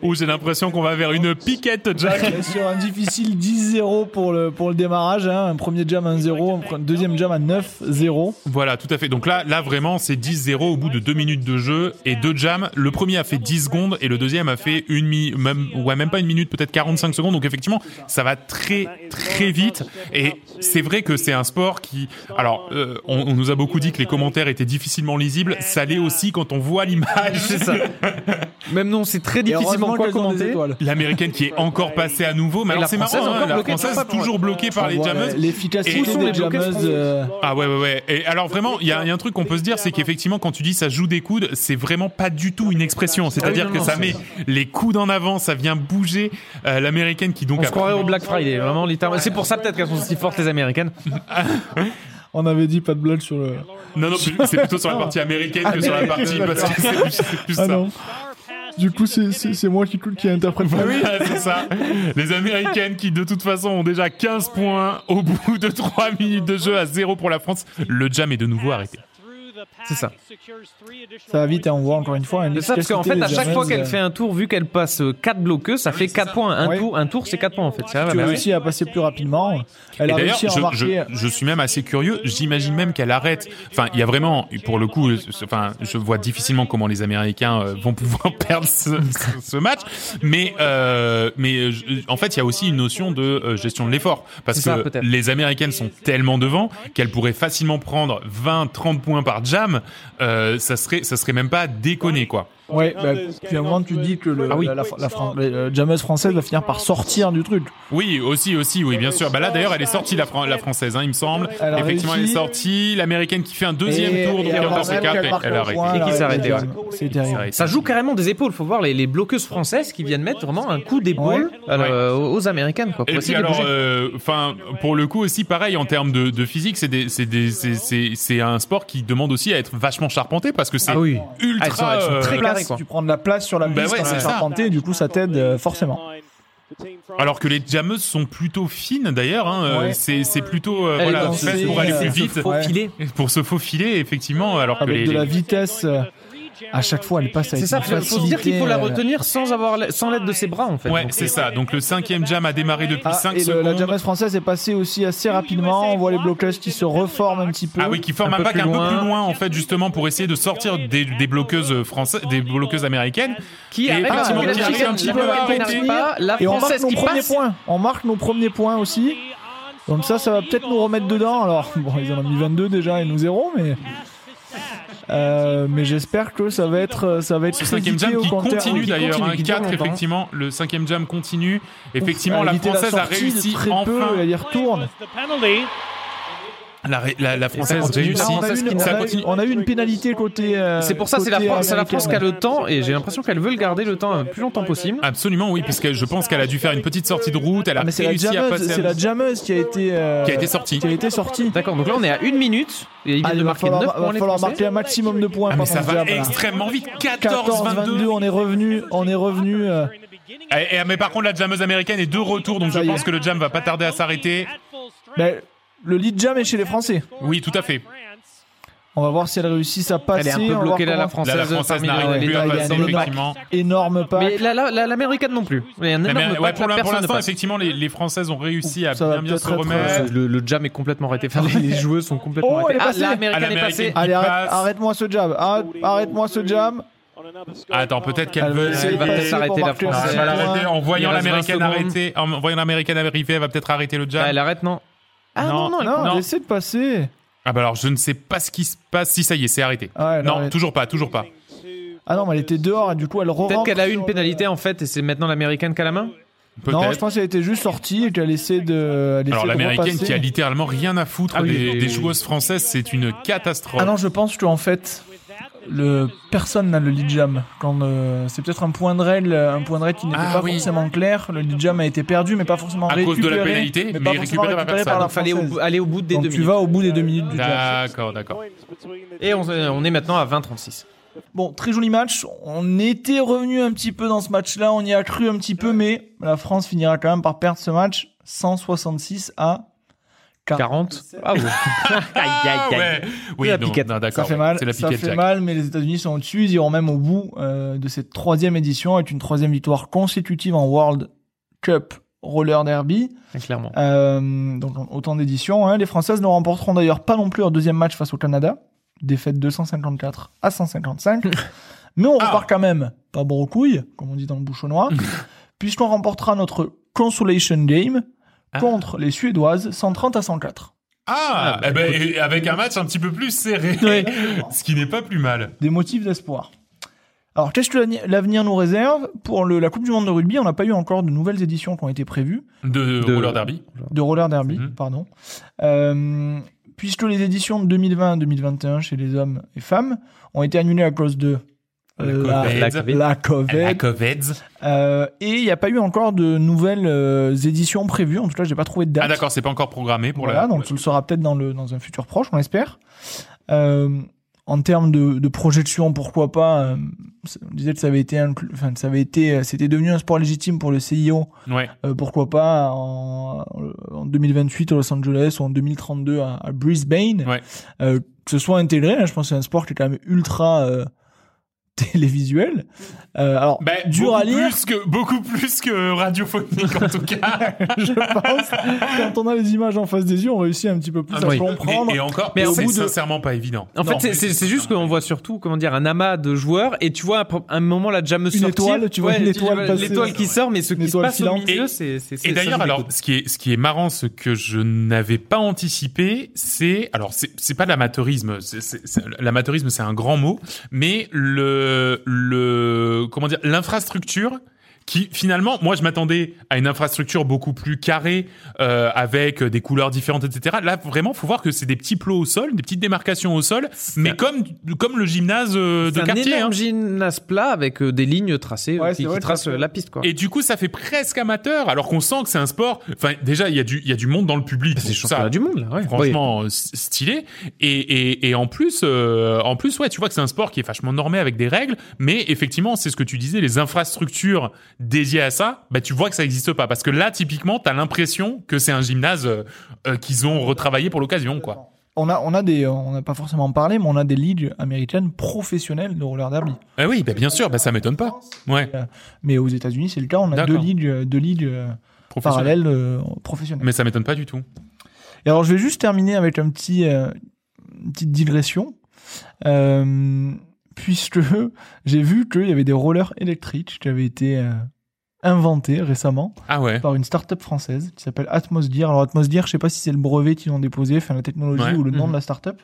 Speaker 4: Où j'ai l'impression qu'on va vers une piquette Jack.
Speaker 1: euh, sur un difficile 10-0 pour le, pour le démarrage, hein, un premier jam à 1-0, un pre- deuxième jam à 9-0.
Speaker 4: Voilà, tout à fait. Donc là, là vraiment, c'est 10-0 au bout de 2 minutes de jeu et 2 jams. Le premier a fait 10 secondes et le deuxième a fait une mi même, ouais, même pas une minute, peut-être 45 secondes. Donc effectivement, ça va très, très vite. Et c'est vrai que c'est un sport qui, alors, euh, on, on nous a beaucoup dit que les commentaires étaient difficilement lisibles. Ça l'est aussi quand on voit l'image.
Speaker 3: C'est ça. Même non, c'est très
Speaker 1: Et heureusement
Speaker 3: difficilement quoi
Speaker 1: qu'elles ont des
Speaker 3: commenter.
Speaker 1: étoiles.
Speaker 4: L'américaine qui est encore passée à nouveau. Mais
Speaker 3: Et
Speaker 4: alors
Speaker 3: la
Speaker 4: c'est
Speaker 3: Française
Speaker 4: marrant, hein,
Speaker 3: encore
Speaker 4: la
Speaker 3: bloquée,
Speaker 4: française
Speaker 3: toujours pas
Speaker 4: toujours bloquée par les
Speaker 1: On voit
Speaker 4: jameuses.
Speaker 1: L'efficacité
Speaker 4: Et- Où sont
Speaker 1: des
Speaker 3: les bloqueuses
Speaker 1: jameuses. euh,
Speaker 4: Ah ouais, ouais, ouais. Et alors vraiment, il y, a il y a un truc qu'on peut se dire, c'est qu'effectivement, quand tu dis ça joue des coudes, c'est vraiment pas du tout une expression.
Speaker 3: Ah
Speaker 4: C'est-à-dire
Speaker 3: oui,
Speaker 4: que
Speaker 3: non,
Speaker 4: ça
Speaker 3: non,
Speaker 4: met les coudes en avant, ça vient bouger euh, l'américaine qui donc.
Speaker 3: On se
Speaker 4: a-
Speaker 3: croirait au Black Friday, vraiment littéralement. C'est pour ça peut-être qu'elles sont si fortes les américaines.
Speaker 1: on avait dit pas de blood sur le.
Speaker 4: Non, non, c'est plutôt sur la partie américaine que sur la partie parce que c'est plus, c'est plus
Speaker 1: Ah
Speaker 4: ça.
Speaker 1: non. Du coup, c'est- c'est c'est moi qui, qui interprète.
Speaker 4: Bah oui, c'est ça. Les Américaines qui, de toute façon, ont déjà 15 points au bout de 3 minutes de jeu à 0 pour la France. Le jam est de nouveau arrêté.
Speaker 3: C'est ça.
Speaker 1: Ça va vite et on voit encore une fois. hein, une
Speaker 3: C'est ça, parce qu'en
Speaker 1: efficacité
Speaker 3: fait, à
Speaker 1: des
Speaker 3: chaque
Speaker 1: Germaines,
Speaker 3: fois qu'elle
Speaker 1: euh,
Speaker 3: fait un tour, vu qu'elle passe 4 bloqueuses, ça fait 4 points. Un
Speaker 1: Ouais.
Speaker 3: tour, un tour, c'est 4 points en fait. C'est vrai,
Speaker 1: Tu
Speaker 3: bah
Speaker 1: as
Speaker 3: oui.
Speaker 1: réussi à passer plus rapidement. Elle
Speaker 4: Ah Et
Speaker 1: a
Speaker 4: d'ailleurs,
Speaker 1: réussi à euh,
Speaker 4: je, je-
Speaker 1: embarquer.
Speaker 4: je suis même assez curieux. J'imagine même qu'elle arrête. Enfin, il y a vraiment, pour le coup, euh, ce- enfin, je vois difficilement comment les Américains euh, vont pouvoir perdre ce, ce- ce match. Mais, euh, mais je- en fait, il y a aussi une notion de euh, gestion de l'effort. Parce
Speaker 3: C'est ça,
Speaker 4: que
Speaker 3: peut-être.
Speaker 4: les Américaines sont tellement devant qu'elles pourraient facilement prendre 20, 30 points par jam. Euh, ça serait, ça serait même pas déconner, quoi.
Speaker 1: Ouais, bah, puis à un moment, tu dis que le,
Speaker 3: Ah oui.
Speaker 1: la, la, la Fran- la, euh, jammeuse française va finir par sortir du truc.
Speaker 4: Oui, aussi, aussi, oui, bien sûr. Bah là, d'ailleurs, elle est sortie, la, Fran- la française, hein, il me semble.
Speaker 1: Elle a
Speaker 4: Effectivement, elle est
Speaker 1: réussi.
Speaker 4: sortie. L'américaine qui fait un deuxième
Speaker 1: Et-
Speaker 4: tour, donc
Speaker 1: et
Speaker 4: elle
Speaker 1: alors
Speaker 4: passe
Speaker 1: même
Speaker 4: le cap
Speaker 1: qu'elle
Speaker 4: et
Speaker 1: marque
Speaker 4: elle
Speaker 1: le
Speaker 4: arrête.
Speaker 1: point,
Speaker 3: Et
Speaker 1: elle
Speaker 3: qui
Speaker 1: arrête
Speaker 3: s'arrêtait,
Speaker 1: le
Speaker 3: ouais.
Speaker 1: jam. C'est
Speaker 4: C'est
Speaker 1: terrible.
Speaker 4: vrai.
Speaker 3: Ça joue carrément des épaules. Faut voir les, les bloqueuses françaises qui viennent mettre vraiment un coup d'épaule
Speaker 4: Ouais.
Speaker 3: alors, euh, aux, aux américaines. Quoi, pour
Speaker 4: Et puis
Speaker 3: essayer de les
Speaker 4: alors, euh,
Speaker 3: bouger.
Speaker 4: enfin, pour le coup aussi, pareil en termes de, de physique, c'est des, c'est des, c'est, c'est, c'est un sport qui demande aussi à être vachement charpenté parce que c'est
Speaker 3: Ah oui.
Speaker 4: ultra.
Speaker 3: elles sont- elles sont
Speaker 4: euh,
Speaker 3: très
Speaker 1: place,
Speaker 3: carré, quoi.
Speaker 1: Tu prends de la place sur la
Speaker 4: Bah
Speaker 1: piste
Speaker 4: ouais,
Speaker 1: quand
Speaker 4: c'est
Speaker 1: elle est
Speaker 4: ça.
Speaker 1: charpentée, et du coup ça t'aide euh, forcément.
Speaker 4: alors que les jammeuses sont plutôt fines d'ailleurs. Hein, euh,
Speaker 1: Ouais.
Speaker 4: c'est, c'est plutôt euh,
Speaker 3: Elle est
Speaker 4: voilà
Speaker 3: dans
Speaker 4: fait
Speaker 1: ses-
Speaker 4: pour aller
Speaker 1: euh,
Speaker 4: plus
Speaker 1: se
Speaker 4: vite,
Speaker 1: faufiler.
Speaker 3: Filé.
Speaker 4: pour se faufiler effectivement. Alors que les,
Speaker 1: Avec de la
Speaker 4: les-
Speaker 1: vitesse, euh, à chaque fois elle passe avec
Speaker 3: C'est ça,
Speaker 1: une
Speaker 3: faut, faut se dire qu'il faut la
Speaker 1: facilité, euh,
Speaker 3: retenir sans avoir la- sans l'aide de ses bras en fait.
Speaker 4: Ouais,
Speaker 3: Donc,
Speaker 4: c'est ça. Donc le cinquième jam a démarré depuis
Speaker 1: Ah,
Speaker 4: 5
Speaker 1: et le- la
Speaker 4: secondes.
Speaker 1: jammeuse française est passée aussi assez rapidement. On voit les blocages qui se reforment un petit peu.
Speaker 4: Ah oui, qui forme
Speaker 3: Un
Speaker 4: un,
Speaker 3: peu
Speaker 4: pack
Speaker 3: plus
Speaker 4: un peu
Speaker 3: loin.
Speaker 4: plus loin en fait justement pour essayer de sortir des, des bloqueuses françaises, des bloqueuses américaines.
Speaker 3: qui
Speaker 4: Et
Speaker 1: Ah,
Speaker 3: arrive
Speaker 4: effectivement,
Speaker 3: la
Speaker 4: qui arrive un
Speaker 3: Mexicaine,
Speaker 4: petit
Speaker 3: la
Speaker 4: peu à
Speaker 3: Mexicaine
Speaker 4: arrêter.
Speaker 3: n'arrive pas, la
Speaker 1: Et on marque
Speaker 3: française
Speaker 1: nos
Speaker 3: qui
Speaker 1: premiers
Speaker 3: passe.
Speaker 1: points. On marque nos premiers points aussi. Comme ça, ça va peut-être nous remettre dedans. Alors, bon, ils en ont mis 22 déjà et nous zéro, mais. Euh, mais j'espère que ça va être, ça va être
Speaker 4: Ce cinquième
Speaker 1: crédité
Speaker 4: jam
Speaker 1: au
Speaker 4: qui
Speaker 1: compteur.
Speaker 4: continue
Speaker 1: Oui,
Speaker 4: d'ailleurs,
Speaker 3: continue,
Speaker 4: hein,
Speaker 3: qui dure
Speaker 4: 4
Speaker 3: longtemps.
Speaker 4: effectivement, le cinquième jam continue. Effectivement,
Speaker 1: à
Speaker 4: la
Speaker 1: éviter
Speaker 4: française a
Speaker 1: sortie de
Speaker 4: réussi
Speaker 1: très peu,
Speaker 4: enfin.
Speaker 1: elle y retourne.
Speaker 4: La, ré- la- la française
Speaker 3: continue.
Speaker 4: réussit.
Speaker 3: Ah,
Speaker 1: on, a eu,
Speaker 3: une-
Speaker 1: on
Speaker 4: ça
Speaker 1: a eu-
Speaker 4: continue.
Speaker 1: on a eu une pénalité côté. euh,
Speaker 3: C'est pour ça, c'est la,
Speaker 1: côté
Speaker 3: Fran- c'est la France qui a
Speaker 1: américaine.
Speaker 3: le temps et j'ai l'impression qu'elle veut le garder le temps le plus longtemps possible.
Speaker 4: Absolument, oui, parce que je pense qu'elle a dû faire une petite sortie de route. Elle a
Speaker 1: Ah, mais c'est la
Speaker 4: réussi à
Speaker 1: jammeuse,
Speaker 4: passer.
Speaker 1: c'est la jammeuse qui a été. euh,
Speaker 4: Qui a été sortie.
Speaker 1: Qui a été sortie.
Speaker 3: D'accord, donc là on est à une minute et il
Speaker 1: Ah,
Speaker 3: vient de
Speaker 1: il va
Speaker 3: marquer
Speaker 1: falloir,
Speaker 3: 9
Speaker 1: va
Speaker 3: points les
Speaker 1: falloir
Speaker 3: Français.
Speaker 1: marquer un maximum de points.
Speaker 4: Ah, mais
Speaker 1: par
Speaker 4: ça
Speaker 1: contre,
Speaker 4: va
Speaker 1: jam, là.
Speaker 4: extrêmement vite. 14,
Speaker 1: 14-22,
Speaker 4: 22.
Speaker 1: on est revenu, on est revenu. euh,
Speaker 4: Et- et- Eh, mais par contre, la jammeuse américaine est de retour, donc je
Speaker 1: Ah, Ça y est.
Speaker 4: pense que le jam va pas tarder à s'arrêter.
Speaker 1: ben, le lead jam est chez les Français.
Speaker 4: Oui, tout à fait.
Speaker 1: On va voir si elle réussit à passer.
Speaker 3: Elle est un
Speaker 1: on
Speaker 3: peu
Speaker 1: va
Speaker 3: bloquée là,
Speaker 1: voir
Speaker 3: la
Speaker 1: comment-
Speaker 4: Là,
Speaker 3: française.
Speaker 4: la française
Speaker 3: parmi
Speaker 4: n'arrive
Speaker 3: les-
Speaker 4: plus à
Speaker 1: il y a
Speaker 4: passer,
Speaker 1: un énorme-
Speaker 4: effectivement.
Speaker 1: Énorme pas.
Speaker 3: Mais la, la, la- l'américaine non plus. Il y a un
Speaker 4: Mais-
Speaker 3: énorme
Speaker 4: mais-
Speaker 3: pack,
Speaker 4: ouais, pour l'in- pour
Speaker 3: là, personne ne
Speaker 4: l'instant,
Speaker 3: passe.
Speaker 4: effectivement, les, les Françaises ont réussi à
Speaker 1: Ça va
Speaker 4: bien, bien se
Speaker 1: peut-être être,
Speaker 4: remettre.
Speaker 1: euh,
Speaker 3: Le, le jab est complètement arrêté. Enfin, les, les joueuses sont complètement
Speaker 1: Oh, elle
Speaker 3: arrêtées.
Speaker 1: est
Speaker 3: Ah,
Speaker 1: passée.
Speaker 4: Ah,
Speaker 3: l'américaine est
Speaker 4: l'américaine.
Speaker 3: passée.
Speaker 1: Allez,
Speaker 4: Il
Speaker 1: arrête,
Speaker 4: passe.
Speaker 1: arrête-moi ce jab. Arrête- Ah, Arrête-moi ce jab.
Speaker 4: Ah, Attends, peut-être qu'elle
Speaker 1: Elle
Speaker 4: veut.
Speaker 1: va
Speaker 4: essayer.
Speaker 1: essayer de passer
Speaker 3: s'arrêter,
Speaker 1: pour
Speaker 3: la
Speaker 1: marquer un
Speaker 4: Non,
Speaker 3: Française.
Speaker 1: seul
Speaker 4: elle va
Speaker 1: point.
Speaker 4: l'arrêter. bah, En voyant
Speaker 3: Il reste
Speaker 4: l'américaine
Speaker 3: 20
Speaker 4: arrêter, en voyant l'américaine arriver, elle va peut-être arrêter le
Speaker 3: Ah,
Speaker 4: jab.
Speaker 3: elle arrête, non Ah
Speaker 4: Non,
Speaker 3: non, non, elle-
Speaker 1: Non,
Speaker 4: Non.
Speaker 1: elle essaie de passer.
Speaker 4: Ah bah alors, je ne sais pas ce qui se passe. Si ça y est, c'est arrêté.
Speaker 1: Ah, elle
Speaker 4: Non,
Speaker 1: arrête.
Speaker 4: toujours pas, toujours pas.
Speaker 1: Ah non, mais elle était dehors et du coup elle rentre.
Speaker 3: Peut-être qu'elle a eu une pénalité en fait et c'est maintenant l'américaine qui a la main
Speaker 1: Non, je
Speaker 4: Peut-être.
Speaker 1: pense qu'elle était juste sortie et qu'elle essaie de. elle essaie
Speaker 4: Alors
Speaker 1: de
Speaker 4: l'américaine
Speaker 1: repasser.
Speaker 4: qui a littéralement rien à foutre
Speaker 3: Ah oui,
Speaker 4: des,
Speaker 3: oui,
Speaker 4: des
Speaker 3: oui.
Speaker 4: joueuses françaises, c'est une catastrophe.
Speaker 1: Ah non, je pense que en fait, le personne n'a le lead jam. Quand euh, c'est peut-être un point de règle, euh, un point de règle qui n'était
Speaker 4: Ah
Speaker 1: pas
Speaker 4: oui.
Speaker 1: forcément clair. Le lead jam a été perdu, mais pas forcément
Speaker 4: À
Speaker 1: récupéré.
Speaker 4: cause de la pénalité, mais
Speaker 1: pas
Speaker 4: récupéré
Speaker 1: forcément
Speaker 4: par
Speaker 1: récupéré par la
Speaker 4: personne.
Speaker 3: Donc fallait au,
Speaker 1: française.
Speaker 3: aller au bout des
Speaker 1: Donc
Speaker 3: deux
Speaker 1: tu
Speaker 3: minutes.
Speaker 1: vas au bout des deux minutes du jab.
Speaker 4: D'accord, d'accord.
Speaker 3: Et on, on est maintenant à 20-36.
Speaker 1: Bon, très joli match. On était revenu un petit peu dans ce match-là, on y a cru un petit peu, mais la France finira quand même par perdre ce match 166 à
Speaker 3: 40 Ah ouais.
Speaker 4: Ah ouais. Oui,
Speaker 3: la
Speaker 4: non,
Speaker 3: piquette.
Speaker 4: non,
Speaker 1: Ça
Speaker 4: d'accord.
Speaker 1: fait
Speaker 4: ouais.
Speaker 1: mal,
Speaker 4: C'est la
Speaker 1: ça
Speaker 4: piquette
Speaker 1: fait
Speaker 4: Jack.
Speaker 1: mal, mais les États-Unis sont au-dessus. Ils iront même au bout euh, de cette troisième édition, avec une troisième victoire consécutive en World Cup Roller Derby.
Speaker 3: Clairement.
Speaker 1: Euh, donc autant d'éditions. hein. Les Françaises ne remporteront d'ailleurs pas non plus leur deuxième match face au Canada, défaite 254 à 155. mais on
Speaker 4: Ah.
Speaker 1: repart quand même pas bon aux couilles, comme on dit dans le bouchonnois, puisqu'on remportera notre Consolation Game
Speaker 4: Ah.
Speaker 1: contre les Suédoises 130 à 104.
Speaker 4: Ah,
Speaker 3: Ah, bah,
Speaker 4: eh ben, et avec un match un petit peu plus serré, ce qui n'est pas plus mal.
Speaker 1: des motifs d'espoir. Alors, qu'est-ce que l'ani- l'avenir nous réserve Pour le- la Coupe du Monde de rugby, on n'a pas eu encore de nouvelles éditions qui ont été prévues,
Speaker 4: De,
Speaker 3: De-
Speaker 4: roller derby.
Speaker 1: de roller derby,
Speaker 4: Mhm.
Speaker 1: pardon. Euh, puisque les éditions de 2020 2021 chez les hommes et femmes ont été annulées à cause de euh, la,
Speaker 4: Covid.
Speaker 3: la Covid.
Speaker 1: la Covid.
Speaker 4: Covid.
Speaker 1: Euh, et il n'y a pas eu encore de nouvelles euh, éditions prévues. En tout cas, j'ai pas trouvé de date.
Speaker 4: Ah d'accord, c'est pas encore programmé pour
Speaker 1: voilà,
Speaker 4: la.
Speaker 1: donc tu le sauras peut-être dans, le, dans un futur proche, on l'espère. Euh, en termes de, de projection, pourquoi pas euh, ça- On disait que ça avait été, inclus- enfin, que ça avait été, euh, c'était devenu un sport légitime pour le CIO.
Speaker 4: Ouais.
Speaker 1: Euh, pourquoi pas en, en 2028 à Los Angeles ou en 2032 à, à Brisbane
Speaker 4: Ouais.
Speaker 1: Euh, que ce soit intégré. hein, je pense que c'est un sport qui est quand même ultra euh, télévisuel. Euh, alors,
Speaker 4: Ben,
Speaker 1: dur
Speaker 4: beaucoup
Speaker 1: à lire.
Speaker 4: Plus que, beaucoup plus que radiophonique en tout cas.
Speaker 1: je pense. Quand on a les images en face des yeux, on réussit un petit peu plus
Speaker 4: Ah,
Speaker 1: à
Speaker 3: oui.
Speaker 1: comprendre.
Speaker 4: Et, et encore,
Speaker 3: Mais au
Speaker 4: c'est
Speaker 3: bout de-
Speaker 4: sincèrement pas évident.
Speaker 3: En
Speaker 1: Non,
Speaker 3: fait, c'est-
Speaker 4: mais-
Speaker 3: c'est c'est juste qu'on voit surtout, comment dire, un amas de joueurs et tu vois à un moment la jam sortir.
Speaker 1: étoile, tu vois une
Speaker 3: tu-
Speaker 1: étoile passer.
Speaker 3: L'étoile qui sort, mais ce
Speaker 1: Une
Speaker 3: qui se
Speaker 1: étoile
Speaker 3: passe au
Speaker 1: filante.
Speaker 3: milieu,
Speaker 4: Et-
Speaker 3: c'est. c'est- c'est-
Speaker 4: Et
Speaker 3: ça,
Speaker 4: d'ailleurs,
Speaker 3: je
Speaker 4: alors,
Speaker 3: l'écoute.
Speaker 4: ce qui est, ce qui est marrant, ce que je n'avais pas anticipé, c'est, alors, c'est, c'est pas de l'amateurisme. c'est- c'est- c'est- l'amateurisme, c'est un grand mot, mais le, le, comment dire, l'infrastructure qui finalement, moi je m'attendais à une infrastructure beaucoup plus carrée, euh, avec des couleurs différentes, etc. Là vraiment, faut voir que c'est des petits plots au sol, des petites démarcations au sol, mais comme comme le gymnase euh, de
Speaker 3: C'est un
Speaker 4: quartier. hein.
Speaker 3: énorme gymnase plat avec euh, des lignes tracées euh,
Speaker 1: Ouais, c'est
Speaker 3: qui, qui
Speaker 1: vrai,
Speaker 3: tracent
Speaker 1: tracé.
Speaker 3: euh, la piste, quoi.
Speaker 4: Et du coup, ça fait presque amateur, alors qu'on sent que c'est un sport. Enfin, déjà, il y a du, il y a du monde dans le public.
Speaker 3: Bah, C'est
Speaker 4: donc
Speaker 3: le championnat
Speaker 4: ça,
Speaker 3: du monde, là, ouais.
Speaker 4: franchement euh, s- stylé et, et, et en plus euh, en plus ouais tu vois que c'est un sport qui est vachement normé avec des règles mais effectivement c'est ce que tu disais les infrastructures dédiées à ça bah tu vois que ça n'existe pas parce que là typiquement t'as l'impression que c'est un gymnase euh, euh, qu'ils ont retravaillé pour l'occasion quoi
Speaker 1: On a, on a des, on n'a pas forcément parlé, mais on a des ligues américaines professionnelles de roller derby.
Speaker 4: ah oui bah bien sûr bah ça m'étonne pas ouais
Speaker 1: Mais aux États-Unis, c'est le cas. On a
Speaker 4: D'accord.
Speaker 1: deux ligues, euh, deux ligues euh,
Speaker 4: professionnel.
Speaker 1: parallèles euh, professionnelles.
Speaker 4: mais ça m'étonne pas du tout
Speaker 1: Et alors, je vais juste terminer avec un petit, euh, une petite digression, Euh, puisque j'ai vu qu'il y avait des rollers électriques qui avaient été euh, inventés récemment
Speaker 4: ah ouais
Speaker 1: par une start-up française qui s'appelle Atmosgear. Alors Atmosgear, je sais pas si c'est le brevet qu'ils ont déposé, enfin la technologie
Speaker 4: Ouais.
Speaker 1: ou le nom
Speaker 3: Mhm.
Speaker 1: de la start-up.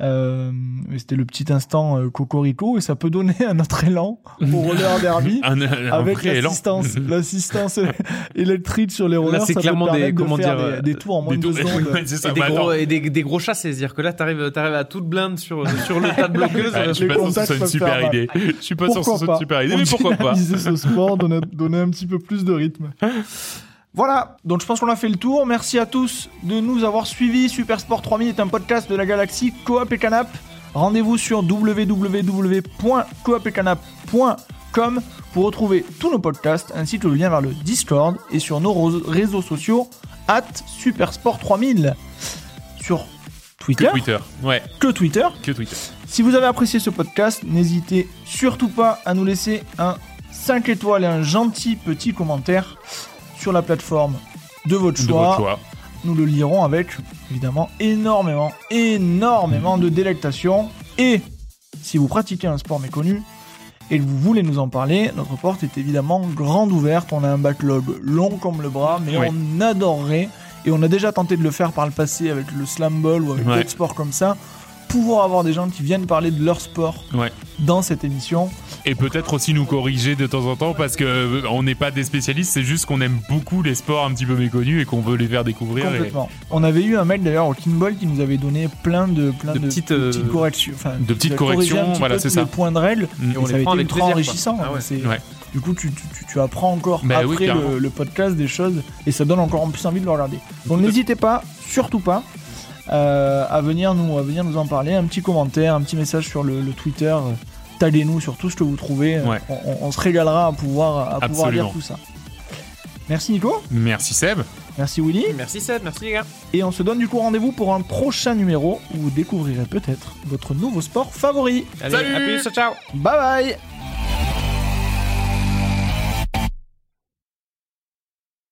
Speaker 1: Euh, mais c'était le petit instant euh, cocorico et ça peut donner un autre élan au roller derby.
Speaker 4: un, euh, un
Speaker 1: Avec
Speaker 4: vrai élan.
Speaker 1: l'assistance, l'assistance électrique sur les rollers,
Speaker 3: c'est
Speaker 1: ça
Speaker 3: clairement
Speaker 1: peut
Speaker 3: des-
Speaker 1: permettre de
Speaker 3: comment
Speaker 1: faire
Speaker 3: dire,
Speaker 1: des, des tours en moins
Speaker 4: Des
Speaker 1: de deux
Speaker 4: tours-
Speaker 1: secondes.
Speaker 4: Ouais, c'est ça.
Speaker 3: Et des,
Speaker 4: Bah, attends.
Speaker 3: gros, et des, des gros chasses, c'est-à-dire que là, t'arrives t'arrives à toute blinde sur, sur le tas de euh, bloqueuses.
Speaker 4: Ouais, je suis
Speaker 1: les
Speaker 4: pas sûr que ce
Speaker 1: contacts
Speaker 4: soit une
Speaker 1: peuvent
Speaker 4: super
Speaker 1: faire mal.
Speaker 4: idée. Je suis pas sûr que ce soit une super idée, mais pourquoi pas
Speaker 1: Dynamiser ce sport, donner, donner un petit peu plus de rythme. Voilà, donc je pense qu'on a fait le tour. Merci à tous de nous avoir suivis. Super Sport 3000 est un podcast de la galaxie Coop et Canap. Rendez-vous sur www.coopetcanap.com pour retrouver tous nos podcasts ainsi que le lien vers le Discord et sur nos ro- réseaux sociaux at Supersport 3000. Sur Twitter,
Speaker 4: Que Twitter. Ouais,
Speaker 1: que Twitter.
Speaker 4: que Twitter.
Speaker 1: Si vous avez apprécié ce podcast, n'hésitez surtout pas à nous laisser un 5 étoiles et un gentil petit commentaire sur la plateforme de votre
Speaker 4: De
Speaker 1: choix.
Speaker 4: votre choix.
Speaker 1: Nous le lirons avec, évidemment, énormément, énormément de délectation. Et si vous pratiquez un sport méconnu et que vous voulez nous en parler, notre porte est évidemment grande ouverte. On a un backlog long comme le bras, mais
Speaker 4: Oui.
Speaker 1: on adorerait, et on a déjà tenté de le faire par le passé avec le slam ball ou avec
Speaker 4: Ouais.
Speaker 1: d'autres sports comme ça, pouvoir avoir des gens qui viennent parler de leur sport
Speaker 4: Ouais.
Speaker 1: dans cette émission.
Speaker 4: Et peut-être aussi nous corriger de temps en temps parce que euh, on n'est pas des spécialistes, c'est juste qu'on aime beaucoup les sports un petit peu méconnus et qu'on veut les faire découvrir. et-
Speaker 1: Complètement. On avait eu un mail d'ailleurs au Kimball qui nous avait donné plein de plein
Speaker 3: De
Speaker 1: de,
Speaker 3: petites,
Speaker 1: de
Speaker 3: euh,
Speaker 1: corrections, enfin,
Speaker 4: de
Speaker 1: qui
Speaker 4: petites
Speaker 1: a corrigé un
Speaker 4: corrections,
Speaker 1: petit
Speaker 4: voilà,
Speaker 1: peu
Speaker 4: c'est
Speaker 1: tous
Speaker 4: ça.
Speaker 1: Les points de règle.
Speaker 4: Mm.
Speaker 1: Et
Speaker 3: on
Speaker 1: ça
Speaker 3: les
Speaker 1: avait
Speaker 3: prend
Speaker 1: été
Speaker 3: avec
Speaker 1: ultra
Speaker 3: plaisir, quoi.
Speaker 1: enrichissant. hein.
Speaker 3: Ah ouais.
Speaker 1: C'est-
Speaker 4: Ouais.
Speaker 1: Du coup, tu, tu- tu- tu apprends encore
Speaker 4: Bah oui,
Speaker 1: après
Speaker 4: clairement.
Speaker 1: le, le podcast des choses et ça donne encore plus envie de le regarder. Donc n'hésitez pas, surtout pas, euh, à venir nous à venir nous en parler. Un petit commentaire, un petit message sur le, le Twitter. euh, Taguez-nous sur tout ce que vous trouvez. euh,
Speaker 4: Ouais.
Speaker 1: On, on- on se régalera à pouvoir à pouvoir lire
Speaker 4: Absolument.
Speaker 1: tout ça. Merci Nico,
Speaker 4: Merci Seb.
Speaker 1: merci Willy.
Speaker 3: Merci Seb, merci les gars.
Speaker 1: Et on se donne du coup rendez-vous pour un prochain numéro où vous découvrirez peut-être votre nouveau sport favori.
Speaker 3: Allez,
Speaker 4: Salut
Speaker 3: à plus, ciao, ciao.
Speaker 1: Bye bye